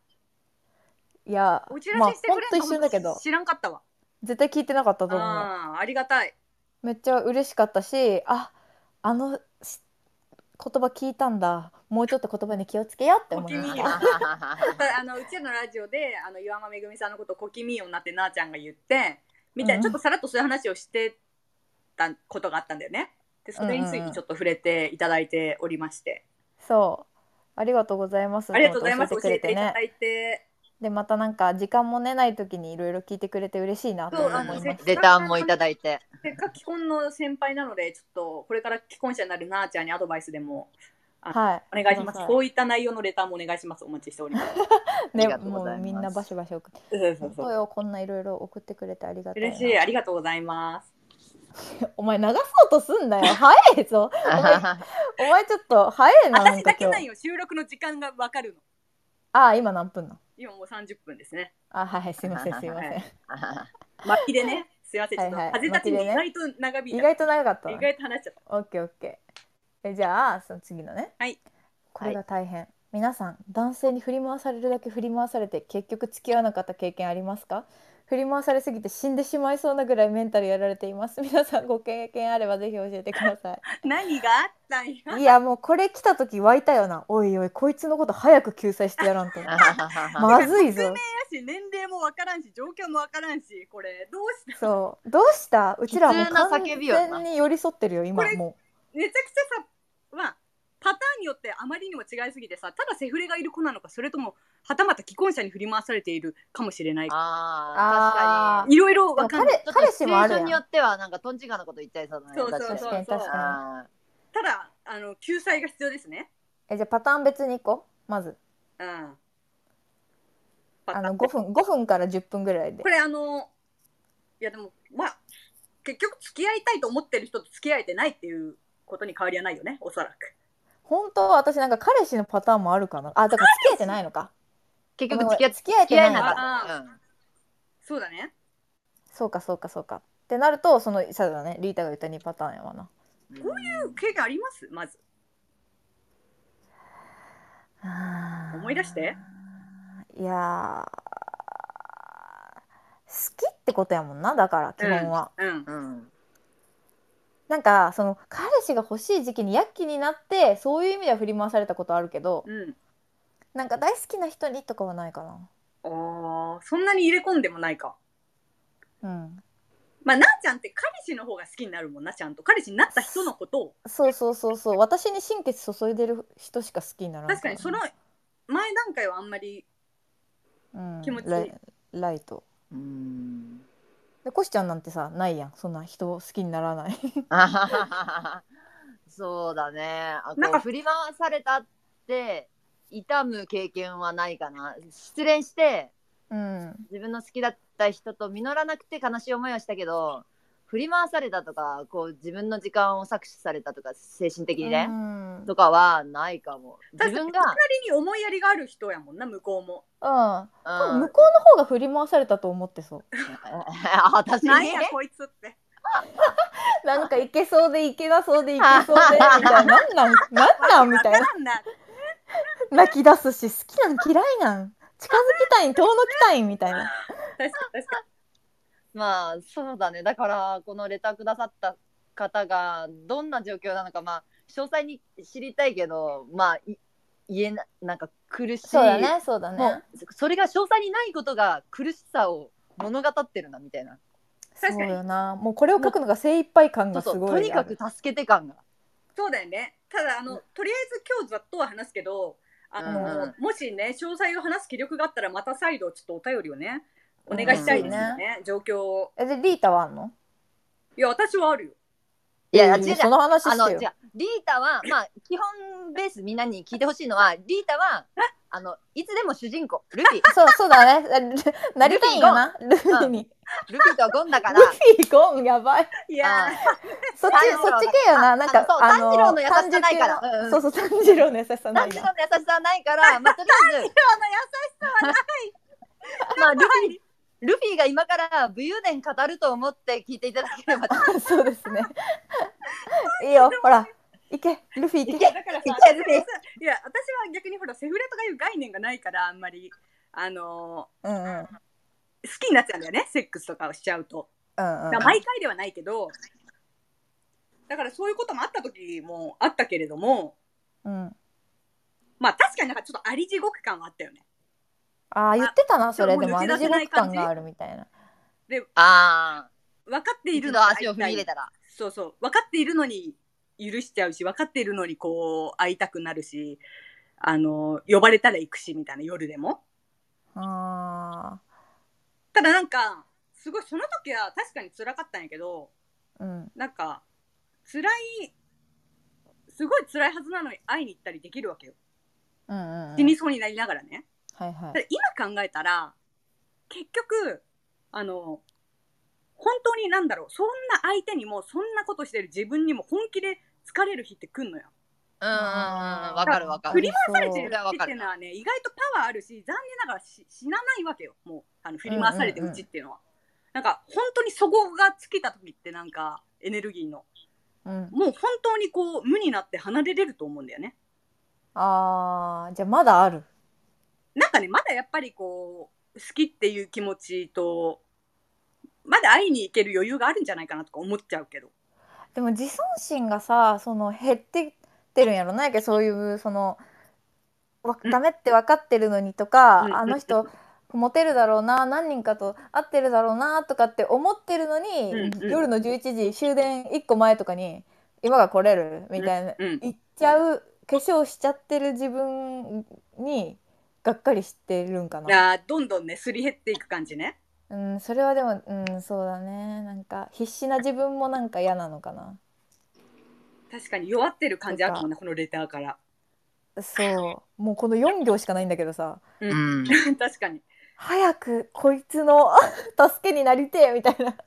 C: いや
A: お知ら
C: まあ
A: せして
C: ほ
A: く
C: ん
A: れん
C: と
A: か
C: 一瞬だけど
A: 知らんかったわ。
C: 絶対聞いてなかったと思う
A: ああー、ありがたい。
C: めっちゃ嬉しかったしああのし言葉聞いたんだもうちょっと言葉に気をつけようって思いま
A: お気に
C: し
A: 入り
C: た
A: だあのうちらのラジオであの岩間めぐみさんのことをコキミーになってなあちゃんが言ってみたいな、
C: うん
A: ちょっとさらっとそういう話をしてたことがあったんだよね。でそれについてちょっと触れていただいておりまして、
C: そうありがとうございます
A: ありがとうございます
C: ち
A: 教
C: ょ
A: え
C: っと
A: て
C: 教えてくれて
A: いた
C: ね
A: だいて、
C: でまたなんか時間もねない時にいろいろ聞いてくれて嬉しいなと
A: そう
C: 思
A: あ
C: い
A: の
C: まし
A: せ
C: た
A: っ
B: レターもいただいて
A: せっかく既婚の先輩なのでちょっとこれから既婚者になるなあちゃんにアドバイスでもあ
C: はい
A: お願いします。
C: くだ
A: こういった内容のレターもお願いします。お待ちしております。
C: さい
B: あり
C: ね
B: がとう
C: も
B: ございます
C: うみんなバシバシ送って
A: そうそうそう
C: 声をこんないろいろ送ってくれてありがたいな
A: 嬉しい、ありがとうございます。
C: お前流そうとすんなよ早え ぞお前ちょっと早えななん
A: 私
C: か
A: だけ
C: 今
A: な
C: 日
A: んよ、収録の時間がわかるの。
C: ああ今何分なの
A: 今もう30分ですね。
C: あはいはいすいませんすいません
A: は巻 きでね、すいません、ちょっと
C: はいはい
A: 風立ちに意外と長引い
C: 意
A: た。
C: 外と長かった
A: 意
C: な
A: 外と話しちゃった。
C: オッケーオッケーえじゃあその次のね
A: はい
C: これが大変、皆さん男性に振り回されるだけ振り回されて結局付き合わなかった経験ありますか振り回されすぎて死んでしまいそうなぐらいメンタルやられています皆さんご経験あればぜひ教えてくださ
A: 何があったんや。
C: いいやもうこれ来た時湧いたよなおいおいこいつのこと早く救済して やらんとまずいぞ
A: し年齢もわからんし、状況もわからんし、これ、どうした
C: そうどうしたうちらはもう
B: 悲痛な
C: 完
B: 叫びよな
C: 全に寄り添ってるよ今も
A: めちゃくちゃさ、まあ、パターンによってあまりにも違いすぎてさ、ただセフレがいる子なのか、それとも、はたまた既婚者に振り回されているかもしれない。
B: あー確か
C: あ
B: に
A: いろいろ
C: う
A: わ
C: でも
A: かんない。
C: 彼彼氏もあ
B: シ
C: る
B: チュエーション
C: やん
B: によってはなんかトンチガなこと言っちゃいそうだね
A: そうそう
B: 確
A: そうそ
C: 確か
A: う
C: に確か
B: か
A: ただ、あの、救済が必要ですね。
C: にえじゃあパターン別に行こうまず
A: うん。パ
C: あ
A: ター
C: の
A: ン
C: 5分5分から10分ぐらいで
A: これあのいやでもまあ結局付き合いたいと思ってる人と付き合えてないっていうことに変わりはないよねおそらく
C: 本当は私なんか彼氏のパターンもあるかなあだから付き合えてないのか
B: 結
C: ごめん
B: 局
C: ごめ
B: 付き合っ
C: ん付き合え
B: 付き
C: て
B: 合
C: な
B: え
C: いの
B: な
C: か
B: かった。うん
A: そうだね
C: そうかそうかそうかってなるとそのさだねリータが言った2パターンやわな
A: こういう経験ありますまず
C: あー
A: 思い出して
C: いやー好きってことやもんなだから基本は、
A: うん
B: うん
C: なんかその彼氏が欲しい時期にヤッキになってそういう意味では振り回されたことあるけど
A: うん
C: なんか大好きな人にとかはないかな
A: あーそんなに入れ込んでもないか
C: うん
A: まあなあちゃんって彼氏の方が好きになるもんなちゃんと彼氏になった人のことを
C: そうそうそうそう私に心血注いでる人しか好きにならない
A: 確かにその前段階はあんまり
C: うん
A: 気持ちいい
C: ライライト
B: うん。
C: でコシちゃんなんてさないやんそんな人を好きにならない
B: あはははそうだね。あ
A: なんか
B: こう振り回されたって痛む経験はないかな。失恋して
C: うん
B: 自分の好きだった人と実らなくて悲しい思いはしたけど、振り回されたとか、こう自分の時間を搾取されたとか、精神的にね、
C: うん、うん、
B: とかはないかも。自
A: 確かに
B: 分
A: それな
B: が、
A: りに思いやりがある人やもんな向こうも
C: 多分
B: う
C: 向
B: ん、
C: こうの方が振り回されたと思っ てそう
B: あ私に
A: なんやこいつって
C: なんかいけそうでいけなそうでいけそうで みたいななんなんなんなんみたいな
A: なんだ
C: 泣き出すし好きなん嫌いなん近づきたいん遠のきたいんみたいな
A: 確かに確か
B: まあそうだねだからこのレターくださった方がどんな状況なのかまあ詳細に知りたいけどまあい言えななんか苦しい
C: そうだねそうだ
B: も
C: ね
B: うそれが詳細にないことが苦しさを物語ってるなみたいな
C: そ
A: 確
C: う
A: かに
C: よなもうこれを書くのが精一杯感
B: そう
C: がす
B: そ
C: ご
B: う
C: い
B: とにかく助けて感が
A: にそうだよねただあのとりあえず今日ざっとは話すけどあの、
B: うんうん
A: もしね詳細を話す気力があったらまた再度ちょっとお便りをねお願いしたいですよね、状況を
C: えでリータはあんの
A: いや私はあるよ
B: いやいや
C: う
B: 違う違う
C: その話
B: あ
C: し
B: の
C: て
B: 違う
C: よ
B: リータはまあ基本ベースみんなに聞いてほしいのはリータはあのいつでも主人公ルフィ
C: そうそう だねなりたいんよなルフィに
B: ルフィとゴンだか
C: ル
B: ら
C: フィゴンやばい
A: いや
B: あー
C: そっち
B: 炭治郎
C: そっち系よななんか
B: あのそう
C: あの
B: 炭治郎の優しさないから
C: 炭治郎
B: うんうん
C: そうそう炭治郎の優しさな
B: 炭
C: い
B: 治郎
C: な
B: の優しさはないから、まあ、とりあえず、ま あ、ルフィ、ルフィが今から武勇伝語ると思って聞いていただければ。
C: そうですねいいよほら行けルフィ行
A: い
C: け
A: やだ からさ
B: いけるね
A: いや私は逆にほらセフレとかいう概念がないからあんまりあの
C: うんうんうん
A: ー好きになっちゃうんだよねセックスとかをしちゃうと、
C: う
A: だ
C: ん
A: から毎回ではないけどだからそういうこともあった時もあったけれども
C: うん
A: まあ確かになんかちょっとあり地獄感はあったよね
C: ああ言ってたなそれでも
A: ち
C: あ
A: ょ
C: の
A: っとも
C: 地
A: う抜け出せない
C: 獄
A: 感
C: 感
A: じ
C: があるみたいな
B: ああ、
A: 分かっている
B: 一
A: の
B: 度
A: に
B: 足を踏み入れたら。
A: そうそう分かっているのに許しちゃうし分かっているのにこう会いたくなるしあのー呼ばれたら行くしみたいな夜でも
C: あ
A: ただなんかすごいその時は確かに辛かったんやけど
C: ーうん
A: なんか辛いすごい辛いはずなのに会いに行ったりできるわけよ
C: うんうんうん
A: 死にそうになりながらね、
C: はいは
A: た
C: い
A: だ今考えたら結局あの本当になんだろうそんな相手にもそんなことしてる自分にも本気で疲れる日ってくんのよ
B: うんうんうん、わかるわか
C: 振
A: 振
B: る。
C: り
A: り回
C: 回さ
A: さ
C: れ
A: れ
C: て
A: てる
B: そ
C: る
B: れはわ
A: 日
B: か
A: っ
B: る
A: てのはね意外とパワーあるし残念ながらし死なないわけよもうあの振り回されてうちっていうのは、なんか本当にそこが尽きた時ってなんかエネルギーの
C: うん
A: もう本当にこう無になって離れれると思うんだよね
C: あーじゃあまだある
A: なんかねまだやっぱりこう好きっていう気持ちとまだ会いに行ける余裕があるんじゃないかなとか思っちゃうけど
C: でも自尊心がさその減ってってるんやろなやけどそういうそのわ
A: うん
C: ダメって分かってるのにとか、
A: うん
C: あの人モテるだろうな何人かと会ってるだろうなとかって思ってるのに、
A: うんうん
C: 夜の11時終電1個前とかに今が来れるみたいな、
A: うん
C: 行っちゃう化粧しちゃってる自分にがっかりしてるんか
A: い
C: な。
A: やーどんどんねすり減っていく感じね
C: うん、それはでも、うん、そうだね。なんか必死な自分もなんか嫌なのかな。
A: 確かに弱ってる感じあるもんねこのレターから、
C: そう。もうこの4行しかないんだけどさ。
A: う、
B: うんん。
A: 確かに
C: 早くこいつ の助けになりてえみたいな
A: なんか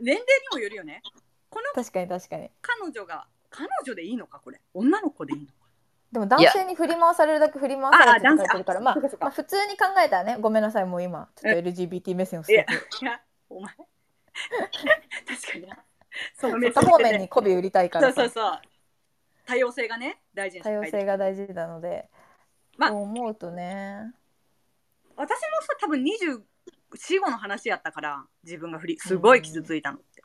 A: 年齢にもよるよねこの
C: 確かに確かに
A: 彼女が彼女でいいのかこれ女の子でいいのか
C: でも男性に振り回されるだけ振り回されて
A: あ
C: る
A: あ
C: って書いてるからまあ
A: そうかそうか
C: まあ普通に考えたらねごめんなさいもう今ちょっと LGBT 目線をす
A: いや
C: る
A: いやお前 確かにな
C: そう
A: の目
C: 多
A: 線
C: 方面に媚び売りたいか
A: そ
C: ら
A: うそう
C: さ
A: そう多様性がね大事に
C: 多様性が大事なので、
A: まあ
C: そう思うとね
A: 私もさ多分245の話やったから自分が振りすごい傷ついたのって、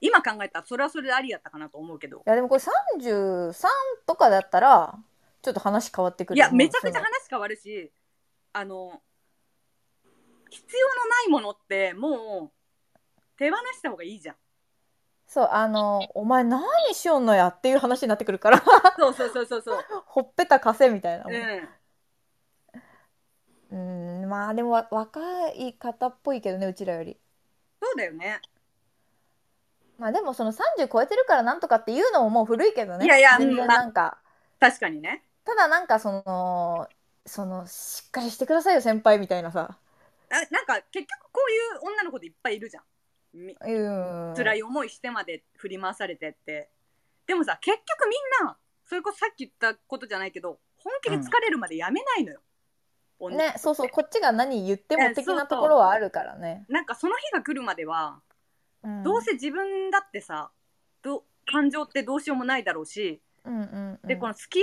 A: 今考えたらそれはそれでありやったかなと思うけど
C: いやでもこれ33とかだったらちょっと話変わってくる
A: いや
C: もう
A: めちゃくちゃ
C: その
A: 話変わるしあの必要のないものってもう手放した方がいいじゃん
C: そうあのお前何しよんのやっていう話になってくるから
A: そうそうそうそうそう
C: ほっぺた貸せみたいな
A: う、ん
C: うんまあでもわ若い方っぽいけどねうちらより
A: そうだよね
C: まあでもその30超えてるからなんとかっていうのももう古いけどね
A: いやいや
C: 全
A: うん
C: 然なんか、
A: 確かにね
C: ただなんかそのそのしっかりしてくださいよ先輩みたいなさ
A: あなんか結局こういう女の子でいっぱいいるじゃんみ
C: うん
A: 辛い思いしてまで振り回されてってでもさ結局みんなそれこそさっき言ったことじゃないけど本気で疲れるまでやめないのよ、女
C: ねそうそうこっちが何言って
A: え
C: も的
A: そうそ
C: な
A: う
C: ところはあるからね、
A: なんかその日が来るまでは、
C: ん
A: どうせ自分だってさど感情ってどうしようもないだろうし
C: うんうんうん
A: でこの付き合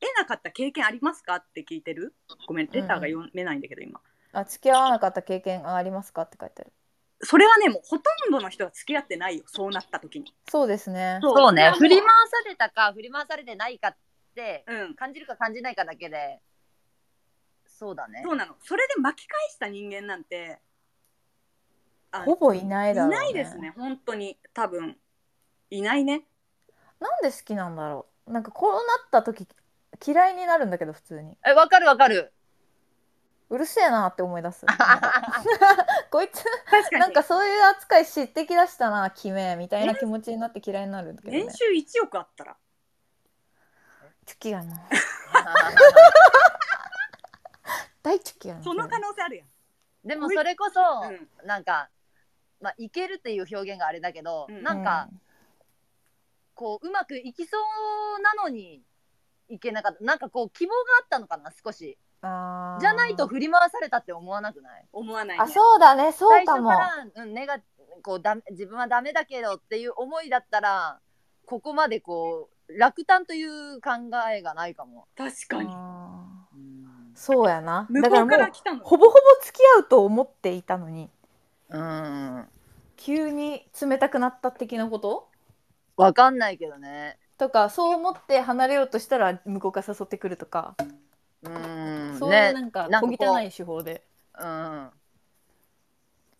A: えなかった経験ありますかって聞いてるごめんレターが読めないんだけど今
C: あ付き合わなかった経験ありますかって書いてある
A: それはねもうほとんどの人が付き合ってないよそうなった時に
C: そうですね
A: そう
B: そうね
A: もう
B: 振り回されたか振り回されてないかって
A: うん
B: 感じるか感じないかだけでそうだね
A: そうなのそれで巻き返した人間なんてあ
C: ほぼいない
A: い
C: だろう、ね、
A: ないですね本当に多分いないね
C: なんで好きなんだろうなんかこうなった時嫌いになるんだけど普通に
B: えわかるわか る
C: うるせえなって思い出すなんか こいつ
A: 確かに
C: なんかそういう扱い知ってきだしたなキメみたいな気持ちになって嫌いになるんだけどね
A: 年収1億あったら
C: チュキやな大チュキやな
A: その可能性あるやん、
B: でもそれこそ、
A: うん
B: なんか、まあ、いけるっていう表現があれだけど、
A: うん
B: なんか、こううまくいきそうなのにいけなかったなんかこう希望があったのかな少し
C: うんあー
B: じゃないと振り回されたって思わなくない
A: 思わない、ね、
C: あそうだねそう
B: 最
C: か
B: 初
C: も
B: から、うん、ネガこうだ自分はダメだけどっていう思いだったらここまでこう落胆という考えがないかも。
A: 確かに
C: あー
B: うん
C: そうやな
A: 向こ
C: だから
A: うから
C: もう
A: 来たの
C: ほぼほぼ付き合うと思っていたのに
B: うん
C: 急に冷たくなった的なこと
B: わかんないけどね。
C: とかそう思って離れようとしたら向こうから誘ってくるとか、
B: うん
C: そうい
B: ね
C: うなんか
B: なん
C: 小
B: かこう
C: 汚い手法で
B: うん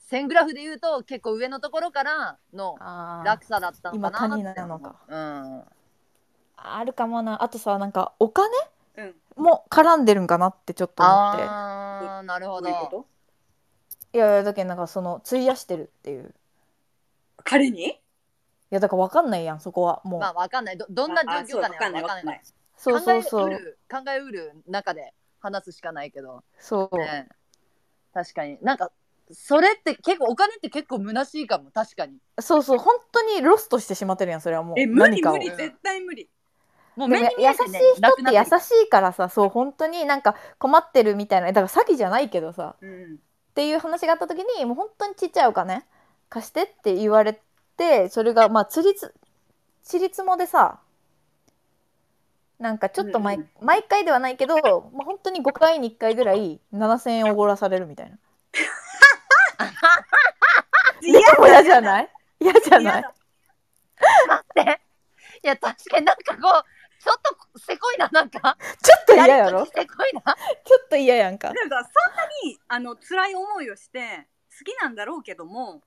B: 線グラフで言うと結構上のところからの
C: あー
B: 落差だったのかな
C: 今谷なのか
B: うん
C: あるかもなあとさなんかお金
A: うん
C: も絡んでるんかなってちょっと思って
B: ああなるほ
A: どういうこ
B: ど
A: と
C: いやいやだけどなんかその費やしてるっていうい
A: 彼に
C: やだから分かんないやんそこはもう、
B: まあわかんないどどんな
A: あ
B: 状況
A: あそ
B: かね
A: うわかんない
B: わかん
A: わかんな
B: ないい
C: そうそうそ
B: 考えう
C: う
B: る考えうる中で話すしかないけど
C: そう、
B: ね確かになんかそれって結構お金って結構虚しいかも確かに
C: そうそう本当にロストしてしまってるやんそれはもう
A: え無理
C: 何かを
A: 無理絶対無理
B: もう
C: で
B: 目
C: も
B: に
C: ね
B: 見
C: 優
B: え、
C: してい
B: ね、
C: 人っ
B: なくな
C: て
B: って
C: 優しいからさそう本当になんか困ってるみたいなだから詐欺じゃないけどさ
A: うん
C: っていう話があった時にもう本当にちっちゃいお金貸してって言われてそれがまあつりつちりつもでさなんかちょっと毎,、
A: うんうん
C: 毎回ではないけど、まあ、本当に5回に1回ぐらい7,000円おごらされるみたいな。
A: 嫌
C: でも嫌じゃない嫌じゃな
A: 嫌
C: い
A: だ
B: 待 っていや確かになんかこうちょっとせこいななん か
C: ちょっと嫌やろ
B: りとりせこいな
C: ちょっと嫌やんか
A: でもさそんなにあの辛い思いをして好きなんだろうけども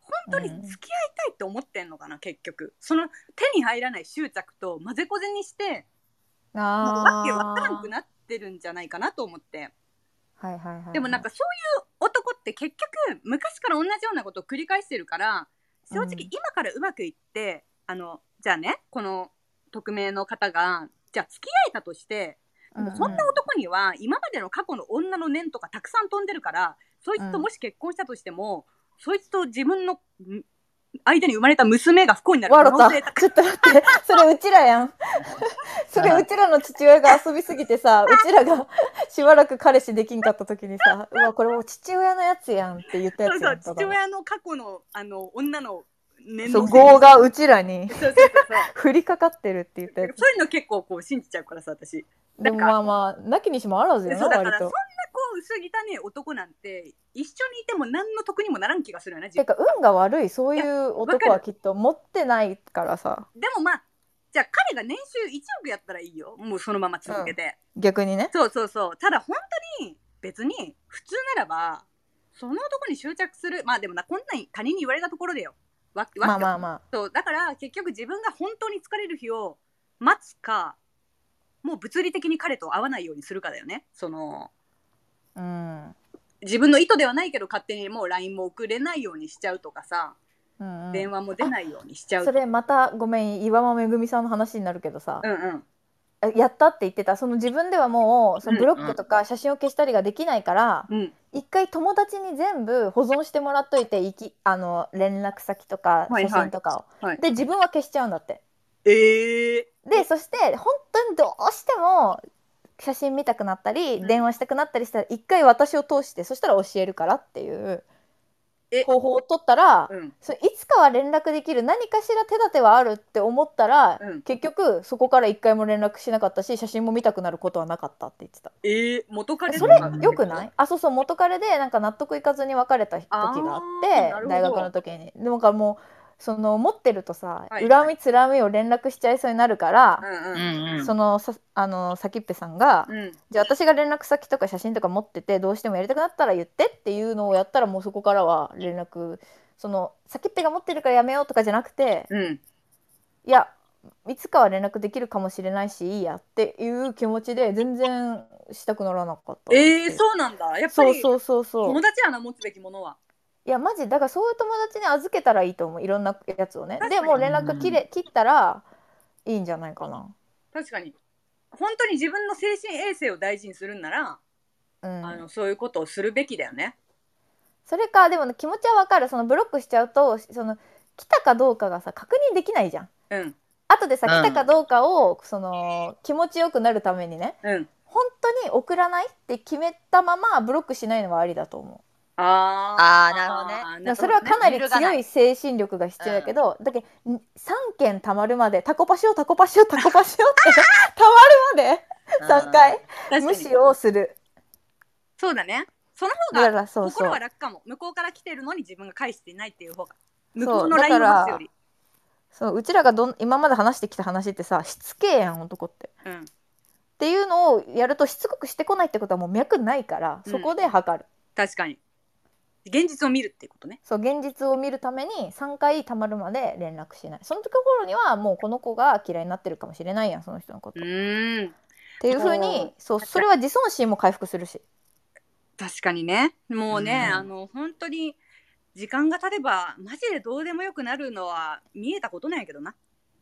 A: 本当に付き合いたいって思ってんのかな、結局その手に入らない執着と混ぜこぜにしてわ
C: あ
A: け
C: ー
A: わからなくなってるんじゃないかなと思って
C: はいはいはいはい
A: でもなんかそういう男って結局昔から同じようなことを繰り返してるから正
C: うん
A: 直今からうまくいって、あのじゃあねこの匿名の方がじゃあ付き合えたとして
C: うん
A: そんな男には今までの過去の女の念とかたくさん飛んでるからそいつともし結婚したとしても、そいつと自分のん相手に生まれた娘が不幸になる
C: わ
A: 可
C: ろ
A: 能
C: た
A: 性高い
C: ちょっと待 ってそれうちらやんそれうちらの父親が遊びすぎ てさうちらがしばらく彼氏できんかった時にさうわこれもう父親のやつやんって言ったや
A: そう
C: つや
A: そ
C: ん
A: う
C: た
A: 父
C: だ
A: 親の過去のあの女の念
C: そう
A: のせいで
C: 業がうちらに
A: そうそうそうそう
C: 降りかかってるって言ったやつ
A: そういうの結構こう信じちゃうからさ私
C: でもまあまあなきにしもあらず
A: そうだ
C: よな
A: から
C: 割
A: そんなことう薄汚い男なんて一緒にいても何の得にもならん気がするよね自
C: て
A: 分
C: か運が悪いそうい
A: いうわか
C: 男
A: る
C: はきっと持ってないからさ
A: でもまあじゃあ彼が年収1億やったらいいよもうそのまま続けて、
C: 逆にね
A: そうそうそうただ本当に別に普通ならばその男に執着するまあでもなこんなん他人に言われたところでよわわ
C: まあまあま
A: そうだから結局自分が本当に疲れる日を待つかもう物理的に彼と会わないようにするかだよねその
C: あうん
A: 自分の意図ではないけど勝手にもう LINE も送れないようにしちゃうとかさ、
C: うんうん
A: 電話も出ないようにしちゃう
C: そ
A: とか
C: れまたごめん岩間めぐみさんの話になるけどさ、
A: うんうん
C: やったって言ってたその自分ではもうそのブロックと
B: うん
C: か写真を消したりができないから、
A: うん
C: 一回友達に全部保存してもらっといていきあの連絡先とか
A: はいはい
C: 写真とかを、
A: はい
C: で自分は消しちゃうんだって
A: ええ
C: でそして本当にどうしても写真見たくなったり、
A: うん
C: 電話したくなったりしたら一回私を通してそしたら教えるからっていう
A: え
C: 方法を取ったら、
A: うん
C: それいつかは連絡できる何かしら手立てはあるって思ったら、
A: うん
C: 結局そこから一回も連絡しなかったし写真も見たくなることはなかったって言ってた
A: ええ元彼と
C: それ
A: か
C: よくないあそうそう元彼でなんか納得いかずに別れた時があっ
A: あーな
C: て
A: るほど
C: 大学の時にでもなんかもうその持ってるとさ、
A: はい
C: 恨みつらみを連絡しちゃいそうになるから
A: う、ん
B: う
A: うん
B: んうん
C: そのさあの先っぺさんが、
A: うん
C: じゃあ私が連絡先とか写真とか持っててどうしてもやりたくなったら言ってっていうのをやったらもうそこからは連絡その先っぺが持ってるからやめようとかじゃなくて
A: うん
C: いやいつかは連絡できるかもしれないしいいやっていう気持ちで全然したくならなかった
A: ええそうなんだやっぱ
C: そう
A: り
C: そうそうそう
A: 友達やな持つべきものはい
C: やマジだからそういう友達に預けたらいいと思ういろんなやつをね
A: 確かに
C: でもう連絡切れ切ったらいいんじゃないかな
A: 確かに本当に自分の精神衛生を大事にするんなら、
C: うん
A: あのそういうことをするべきだよね
C: それかでもね気持ちはわかるそのブロックしちゃうとその来たかどうかがさ確認できないじゃん
A: うん
C: 後でさ
B: うん
C: 来たかどうかを、その気持ちよくなるためにね
A: うん
C: 本当に送らないって決めたままブロックしないのはありだと思
A: あ
B: あーなるほどね
A: あー
C: う、
A: なるほどね
C: それはかなり
B: 揺るが
C: 強
B: ない
C: い精神力が必要やけど、だけ3件たまるまでタコパしようタコパしようタコパしようって たまるまで3回
A: 確か
C: 無
A: に
C: 視をする
A: そうだねその
C: だ
A: 方
C: か
A: が
C: らそうそ
A: 心
C: う
A: は楽かも向こうから来てるのに自分が返していないっていう方が
C: そ
A: 向
C: う
A: こうの
C: だ
A: LINE
C: か
A: を
C: ら
A: 出すより
C: そううちらがどん今まで話してきた話ってさしつけえやん男って。
A: うん
C: っていうのをやるとしつこくしてこないってことはもう脈ないから
A: うん
C: そこで測る、
A: 確かに現実を見るっていうことね
C: そう現実を見るために3回たまるまで連絡しないそのところにはもうこの子が嫌いになってるかもしれないやんその人のこと、
A: う
C: っ
A: ーん
C: ていうふう
A: う
C: に
A: ん
C: そうそれは自尊心も回復するし
A: 確かにねもうね、
B: うん
A: あの本当に時間が経てばマジでどうでもよくなるのは見えたことなんやけどな、
C: うん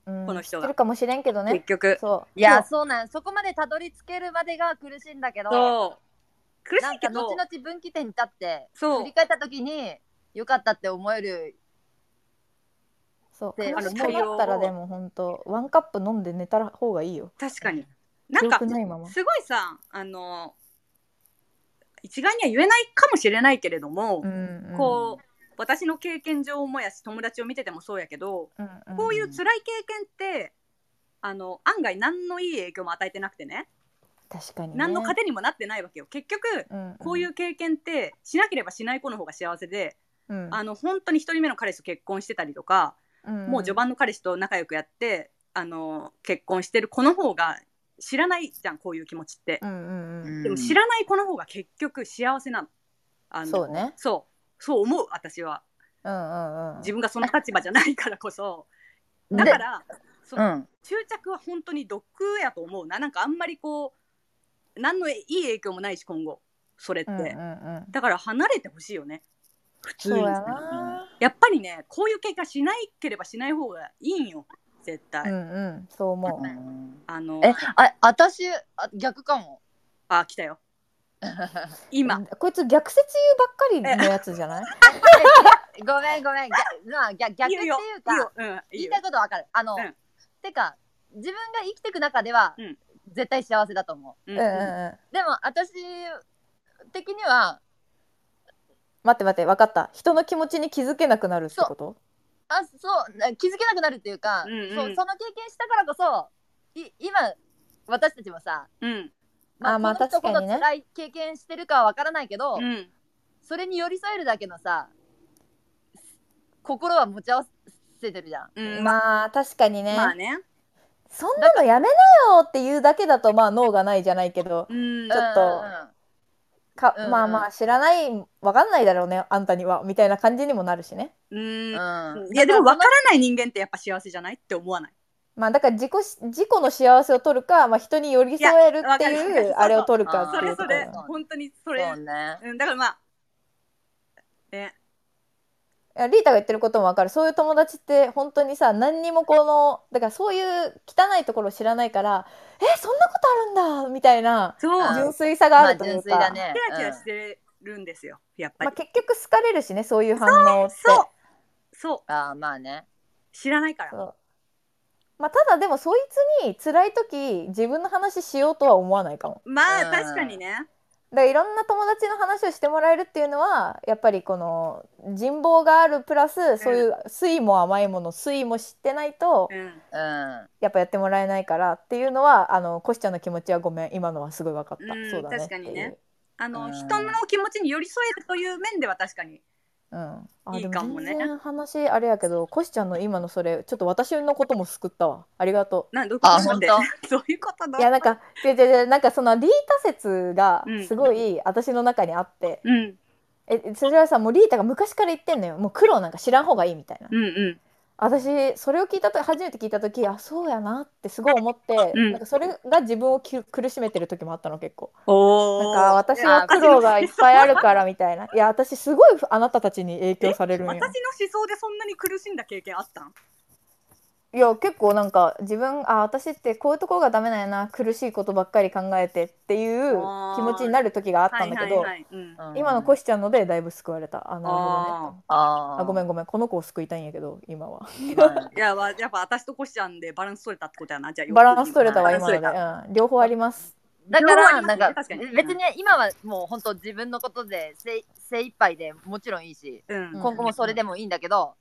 A: この人
C: 知っ
A: が
C: てるかもしれんけどね
A: 結局
C: そう
B: い
C: い
B: やそうなんそこまでたどり着けるまでが苦しいんだけど
A: そう苦し
B: なん
A: いけ
B: か
A: ど
B: 後々分岐点に立って
A: そ
B: 振
A: う
B: り返った時に良かったって思える
C: そう
B: で
C: で
A: あの
C: そうだったらでも本当ワンカップ飲んで寝た方がいいよ
A: 確かになん
C: 記
A: か
C: 憶ないまます
A: ごいさあの一概には言えないかもしれないけれども、
C: うんうん
A: こう私の経験上もやし友達を見ててもそうやけど
C: うんうん
A: こういう辛い経験ってあの案外何のいい影響も与えてなくてね
C: 確かにね、
A: 何の糧にもなってないわけよ結局
C: うんん
A: こういう経験ってしなければしない子の方が幸せで、
C: うん
A: あの本当に1人目の彼氏と結婚してたりとか、
C: うん
A: もう序盤の彼氏と仲良くやってあの結婚してる子の方が知らないじゃんこういう気持ちって
C: う、んうんうん
A: でも知らない子の方が結局幸せなのあの
C: そうね
A: そうそう思う私は
C: うんうんうん
A: 自分がその立場じゃないからこそ
B: うん
A: だからそ
B: うん
A: 執着は本当に毒やと思うななんかあんまりこう何のいい影響もないし今後それって、
C: うんうんうん
A: だから離れてほしいよね普通
C: そう
A: に
C: やな
A: やっぱりねこういう経験しなければしない方がいいんよ絶対、
C: うんうんそう思う
A: あの
B: えあ私あ逆かも
A: あ来たよ今
C: こいつ逆説言うばっかりのやつじゃない
B: ごめんごめん逆,、まあ、逆逆っ
A: いい
B: ていう
A: よ
B: か
A: いいようんい
B: 言
A: い
B: い
A: よ
B: たいことわかるあの、
A: うん
B: てか自分が生きていく中では、
A: うん
B: 絶対幸せだと思
A: う
C: うんんうんうん
B: うでも私的には
C: 待って待って分かった人の気持ちに気づけなくなるってこと
B: あそうな気づけなくなるっていうか、
A: うんうん
B: そうその経験したからこそい今私たちもさ、
A: うん
C: あまあ
B: この人
C: 確かにね
B: ほど辛い経験してるかはわからないけど、
A: うん
B: それに寄り添えるだけのさ心は持ち合わせてるじゃん。
A: うんま
C: まあ確かにね、
A: あね
C: そんなのやめなよっていうだけだとまあ脳がないじゃないけど
A: うん
C: ちょっと
B: うんうん
C: か、
B: うんうん
C: まあまあ知らないわかんないだろうねあんたにはみたいな感じにもなるしね
A: うん
B: うん
A: いやでも分からない人間ってやっぱ幸せじゃないって思わない
C: まあだから自己し自己の幸せを取るか、まあ、人に寄り添えるって
A: いやわか
C: い
A: る
C: う
A: わかる
C: あれを取るかって
A: そ
C: い
A: れ
C: うと
A: そ
C: ころ
A: れ
C: だよね
A: 本当にそれ
B: そうね。
A: うんだからまあね
C: いやリータが言ってることもわかるそういう友達って本当にさ何にもこのだからそういう汚いところを知らないからえそんなことあるんだみたいな
A: そう
B: あー
C: 純粋さが
B: ま
C: あ
B: あ
C: るとい
B: 純
C: う
B: 粋
C: か、
B: だね
A: キ。ラキラしてるんですよやっぱ
C: ま
A: り
C: あ、結局好かれるしねそういう反応って
A: そうそう
B: うんあーまあね。
A: 知らないから
C: そうまあ、ただでもそいつに辛い時自分の話しようとは思わないかも
A: まあ
B: うん
A: 確かにね
C: だからいろんな友達の話をしてもらえるっていうのはやっぱりこの人望があるプラスそういう酸いも甘いもの酸いも知ってないと
A: うん
B: うん。
C: やっぱやってもらえないからっていうのはあのコシちゃんの気持ちはごめん今のはすごい分かった、
A: うん
C: そうだね
A: 確かにね
C: っていう
A: あの
B: うん
A: 人の気持ちに寄り添えるという面では確かに
C: うん、あ
A: いい
C: で
A: かもね
C: 全然話あれやけどコシちゃんの今のそれちょっと私のことも救ったわありがと
A: なんどういうこと
B: あ
A: 待って
B: 本
A: どういうことだ
C: ういやなんかじゃじゃじゃなんかそのリータ説が
A: うん
C: すごい私の中にあって、
A: うん
C: えそれはさもうリータが昔から言ってんのよもう苦労なんか知らん方がいいみたいな
A: うんうん
C: 私それを聞いたと初めて聞いた時あそうやなってすごい思って、
A: うん
C: なんかそれが自分をき苦しめてる時もあったの結構な
A: お
C: ん
A: お
C: か私は苦労がいっぱいあるからみたいないや私すごいあなたたちに影響される ん
A: 私
C: よ
A: の思想でそんなに苦しんだ経験あったん
C: いや結構なんか自分あ私ってこういうところがダメなんやな苦しいことばっかり考えてっていう
A: あー
C: 気持ちになる時があったんだけど、
A: はいはいはいうん
B: うん
C: 今のコシちゃんのでだいぶ救われたあなるほどね
B: あ
C: あごめん
B: ん。
C: ごめんこの子を救いたいんやけど今は
A: うんいやわやっぱ私とコシちゃんでバランス取れたってことやなじゃあ
C: バランス取れたわ
A: バラン
C: 今
A: ス
C: の
A: 取
C: で、
A: れた
C: うん、両方あります
B: だか
A: 両方あ
B: ら、
A: りますね
B: なんか、
A: 確かに
B: 別に今はもう本当自分のことで精精一杯でもちろんいいし、
A: うん
B: 今後もそれでもいいんだけど、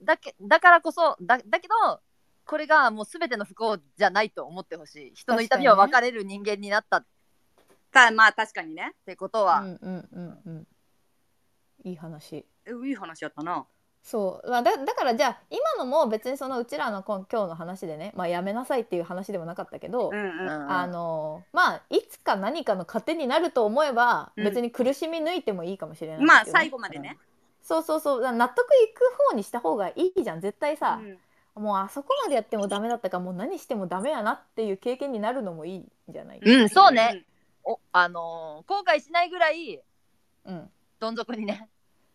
B: だけだからこそ、だだけど、これがもう全ての不幸じゃないと思ってほしい。人の痛みを分かれる人間になったった
A: まあ確かにね
B: てこと
C: う
B: は、
C: んうんうんうんいい話
A: えいい話やったな
C: そう、まあ、だだからじゃあ今のも別にそのうちらの今今日の話でね、まあ、やめなさいっていう話でもなかったけど、
A: うん
B: うん
A: うん
C: あのまあいつか何かの糧になると思えば
A: うん
C: 別に苦しみ抜いてもいいかもしれないですよね、
A: まあ最後までね
C: そうそうそうだから納得いく方にした方がいいじゃん絶対さ、
A: うん
C: もうあそこまでやってもダメだったからもう何してもダメやなっていう経験になるのもいいんじゃない
B: うんそうねおあのー後悔しないぐらい、
C: うん
B: どん底にね、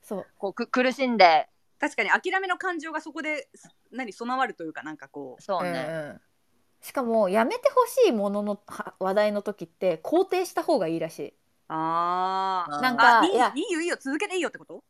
C: そう
B: こうく苦しんで、
A: 確かに諦めの感情がそこで何備わるというかなんかこ
B: そうね。
C: うんうんしかもやめてほしいもののは話題の時って肯定した方がいいらしい。
A: うああ
C: なん
A: あ
C: か
A: い
C: いや
A: いいいよいいよ続けていいよってこと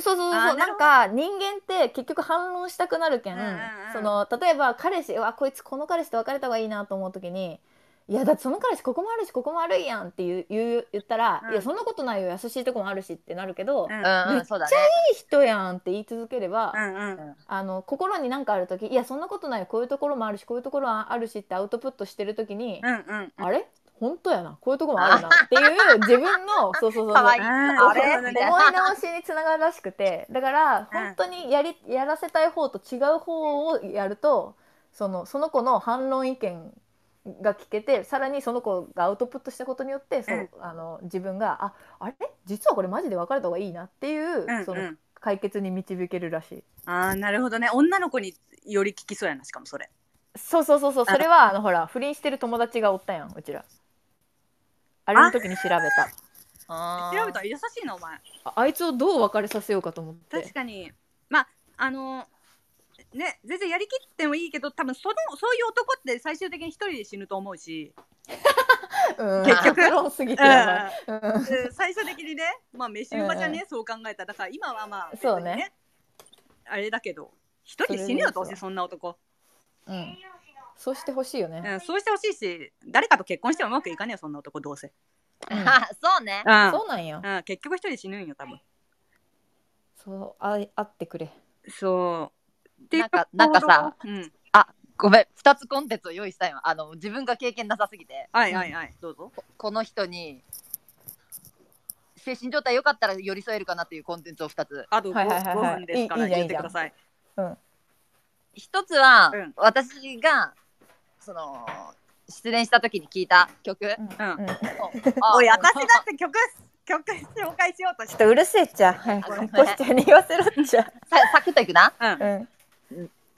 C: そうそうそう
A: あ
C: そ
A: ー
C: う
A: な
C: な
A: るほ
C: んか人間って結局反論したくなるけん、
A: うんうんうん
C: その例えば彼氏うわこいつこの彼氏と別れた方がいいなと思う時に「いやだってその彼氏ここもあるしここも悪いやん」って言う言う言ったら「
A: うん
C: いやそんなことないよ優しいとこもあるし」ってなるけど「いい
B: うん、うん、そうだね。
C: 人やん」って言い続ければ、
A: うんうん
C: あの心に何かある時「いやそんなことないよこういうところもあるしこういうところもあるし」ってアウトプットしてる時に「
A: うんうん
C: あれ本当やなこういうとこもあるな」っていう自分のそうそうそうそう
B: かわいい
A: あ
B: あ
A: れ
B: れ
A: み
C: 思
A: たい
B: ね
A: ない
C: 直しにつながるらしくてだから
A: うん
C: 本当にやり、やらせたい方と違う方をやるとそのその子の反論意見が聞けてさらにその子がアウトプットしたことによってそう、あの自分がああれ実はこれマジで別れた方がいいなっていう、そ
A: うんう
C: の
A: ん
C: 解決に導けるらしい。
A: あーなるほどね女の子により聞きそうやなしかもそれ
C: そうそうそうそうそれはあのほら不倫してる友達がおったやんうちら。あれの時に調べた
B: あー
A: 調べたら優しいなお前
C: ああいつをどう別れさせようかと思って
A: 確かにまああのね全然やりきってもいいけど多分そのそういう男って最終的に一人で死ぬと思うし、
C: うん、
A: 結局
C: 結論すぎて
A: うん
C: やばいうん
A: で最終的にねまあ飯馬じゃね、
C: うん
A: そう考えたらだから今はまあ、
C: そうね
A: あれだけど一人で死ぬよどうせそんな男、
C: うん、そうしてほしいよ
A: う
C: ね、
A: ん、そうしてほしいし誰かと結婚してもうまくいかねえよそんな男どうせ、
C: うん
B: そうね
A: う。ん
C: そうなんや
A: うん、結局一人で死ぬんよ多分
C: そうあい会ってくれ
A: そうっていう
B: なんかなんかさ
A: 行動うん、
B: ごめん、二つコンテンツを用意したいわ。あの、自分が経験なさすぎて、
A: はいはいはい、どうぞ
B: この人に、精神状態良かったら寄り添えるかなっていうコンテンツを二つ。
A: あと 5,、
C: はいはいはいはい
A: 5分ですから
C: いいいいじゃん
A: 言ってください
B: 一つは、
A: うん
B: 私が、その、失恋した時に聴いた曲。
A: うん
C: うん、ち
B: あ
A: おい私だって曲曲紹介しようとし
C: ょってとうるせえっちゃはい
B: ごめん
C: こしちゃんに言わせろっちゃ
B: さサクッといくな。
A: うん
C: うん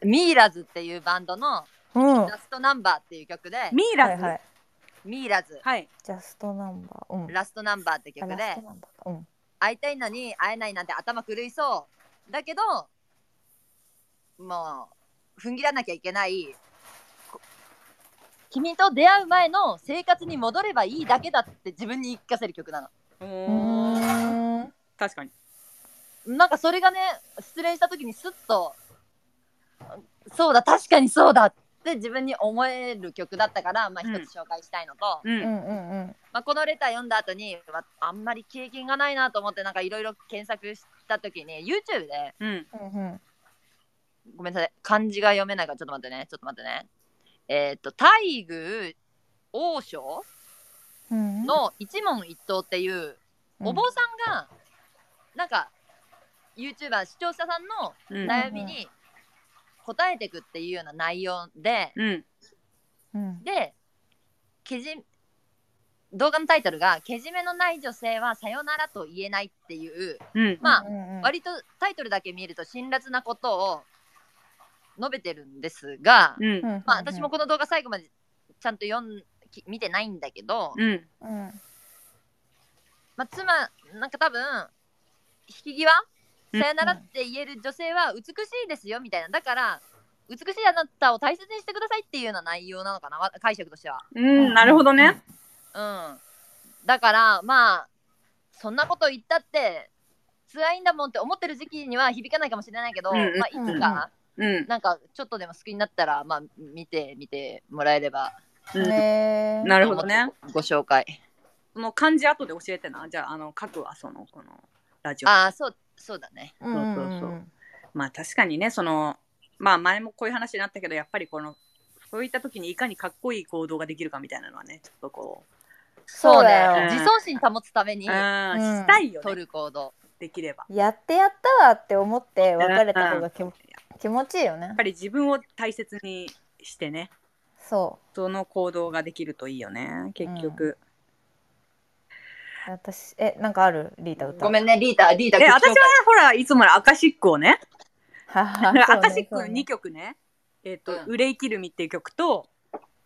B: ミイラズっていうバンドの、
C: うん
B: ラストナンバーっていう曲で、
A: ミイ
C: は
A: ラ
C: い
A: ズ
C: はい
B: ミイラズ、
A: はい
C: ジャストナンバーうん
B: ラストナンバーって曲
C: あ
B: で
C: ラス、トナンバーかうん
B: 会いたいのに会えないなんて頭狂いそうだけどもう踏ん切らなきゃいけないこ君と出会う前の生活に戻ればいいだけだって自分に言い聞かせる曲な
A: う
C: う
A: ーん
C: ーん
A: 確かに
B: のなんかそれがね失恋した時にスッとそうだ確かにそうだって自分に思える曲だったからまあ
A: うん
B: 一つ紹介したいのと、
A: う
C: うん
A: ん
C: うんうん
B: まあ、このレター読んだ後にわあんまり経験がないなと思ってなんかいろいろ検索した時に YouTube で
A: うん
C: うんうん
B: ごめんなさい漢字が読めないからちょっと待ってねちょっと待ってねえっ、と大宮王将
C: うん
B: の一問一答っていう、お坊さんがなんか YouTuber 視聴者さんの
A: うん
B: 悩みに答えてくっていうような内容で、
A: うん
C: うん
B: でけじ動画のタイトルが「けじめのない女性はさよならと言えない」っていう
A: うん
B: まあ
C: うんうん
B: 割とタイトルだけ見ると辛辣なことを述べてるんですが、
A: うん
C: うんうん
B: まあ、私もこの動画最後までちゃんと読んき見てないんだけど、
A: うん
C: うん
B: まあ、妻なんか多分引き際
A: うん
B: さよならって言える女性は美しいですよみたいなだから美しいあなたを大切にしてくださいっていうような内容なのかなわ解釈としては。
A: うんなるほどね
B: うん、だからまあそんなこと言ったって辛いんだもんって思ってる時期には響かないかもしれないけど、
A: うんうん
B: まあ、いつか
A: うん
B: なんかちょっとでも好きになったら、まあ、見てみてもらえれば
A: うん
C: ねえ
A: なるほどね
B: ご紹介。
A: その漢字後で教えてなじゃああの書くわそのこのラジオ
B: ああそうそうだね。
C: うんうんうん
A: そうそうそうまあ確かにねそのまあ前もこういう話になったけどやっぱりこのそういった時にいかにかっこいい行動ができるかみたいなのはねちょっとこう
C: そうだ
A: よ
B: 自尊心保つために
A: うん
C: うん
A: したいよ
B: 取
A: ね
B: る行動。
A: できれば
C: やってやったわって思って別れた方が気も気持ちいいよね
A: やっぱり自分を大切にしてね
C: そ
A: その行動ができるといいよね結局、
C: う私えなんかあるリータ歌
B: ごめんねリータリータ
A: え
B: 曲紹
A: 私
B: 介
A: はほらいつものアカシックをね
C: はは
A: ア
C: そうね
A: カシックの
C: そうね
A: 2曲ね「えっと
B: うん
A: 憂いきる身」っていう曲と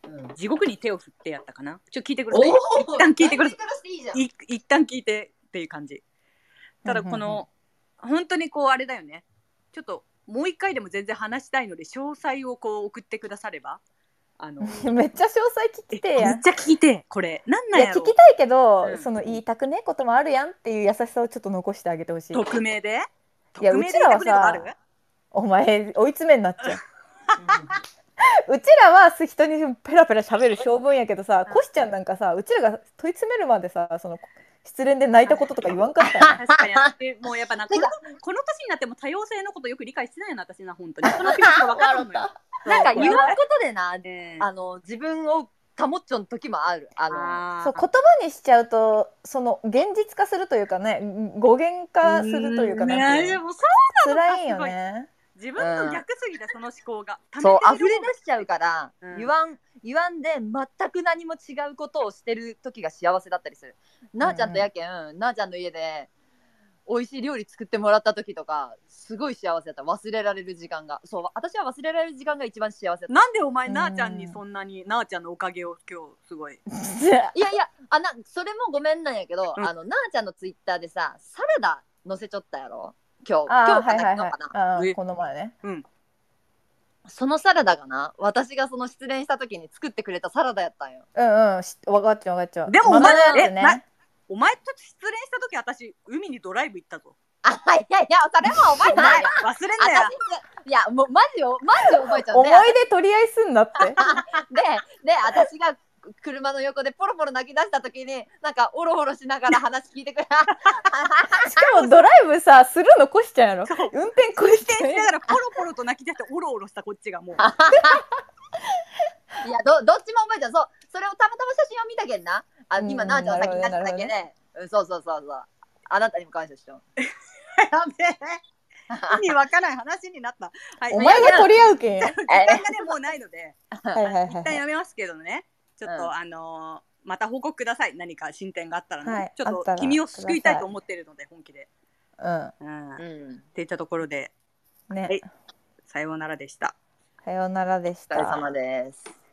B: う
A: 「
B: ん
A: 地獄に手を振って」やったかなちょっと聞いてください
B: お
A: 一旦聞いてくださ
B: い。いいじゃん。
A: い一旦聞いてっていう感じただこの、本当にこうあれだよねちょっともう一回でも全然話したいので詳細をこう送ってくださればあの
C: めっちゃ詳細聞
A: え
C: きてえ
A: め
C: や
A: っちゃ聞いてこれなんないん
C: や
A: やろ
C: 聞きたいけど、
A: うん
C: その言いたくねえこともあるやんっていう優しさをちょっと残してあげてほしい
A: 匿名で
C: いや
A: 匿名でやってくれることある
C: うちお前追い詰めになっちゃ ううちらはす人にペラペラ喋る性分やけ どさ
A: うん
C: コシちゃんなんかさうちらが問い詰めるまでさその失恋で泣いたこととか言わんかったよ
A: 確かに私もうやっぱなこのこの年になっても多様性のことよく理解してないな私な本当にこの気持ちが分かるのよ
B: なんか言
A: う
B: わんことでな、
A: ね
B: あの自分を保っちょん時もある。あの
A: あー
C: そう言葉にしちゃうとその現実化するというかね語源化するというか
A: ん
C: なん
A: い
C: てい
A: やで
C: うの
A: もそう
C: 辛いよね
A: 自分の逆すぎたその思考が
B: そう
A: 溜めて
B: 溢
A: る
B: れ出しちゃうから、
A: うん
B: 言わん言わんで全く何も違うことをしてる時が幸せだったりする。なあちゃんとやけん、なあちゃんの家で美味しい料理作ってもらった時とかすごい幸せだった忘れられる時間がそう私は忘れられる時間が一番幸せだった
A: なんでお前
C: うん
A: なあちゃんにそんなになあちゃんのおかげを今日すごい
B: いやいやあなそれもごめんなんやけど、
A: うん
B: あのなあちゃんのツイッターでさサラダ載せちょったやろ今日今
C: ああ
B: 日
C: は
B: か
C: い
B: な
C: は
B: 昨日
C: いはい
B: かな
C: あ
A: え
C: ーこの前ね
B: そのサラダがな私がその失恋した時に作ってくれたサラダやったんよ
C: うんうんし分かっちゃう分かっちゃう
A: でもお前
C: まだやつ
A: えなお前と失恋した時私海にドライブ行ったぞ
B: あいやいやそれはお前
A: お
B: じゃな
A: 前
B: いよ
A: 忘れん なよ
B: 私いやもうマジおマジ覚えちゃう
C: 思い
B: ね
C: 出取り合いすんなって
B: でで私が車の横でポロポロ泣き出した時になんかオロオロしながら話聞いてくれ
C: しかもドライブさするのこしちゃうやろ運転こしちゃう
A: 運転し
C: や
A: なが
C: ろ
A: らポロポロと泣き出しておろおろしたこっちがもう
B: いやどどっちも覚えちゃうそうそれをたまたま写真を見たけんなあ
C: うん
B: 今なあちゃんが先になっちゃったけん
C: なるほどね
B: ねうんそうそうそうそうあなたにも感謝しよう
A: やべえ意味わからない話になった、はい、
C: お前
A: 時
C: が取り合うけんはい
A: 間がねもうないので
C: はいはい
A: 一旦
C: はい
A: やめますけどねちょっと、
B: うん
A: あのーまた報告ください何か進展があったらね、
C: はい
A: ちょ
C: あっ
A: ったと
C: ら
A: 君を救いたいと思ってるので本気で、うんって
B: うん
A: 言ったところで
C: うんね
A: はいさようならでした
C: さようならでし
B: お
C: た
B: 疲れ様です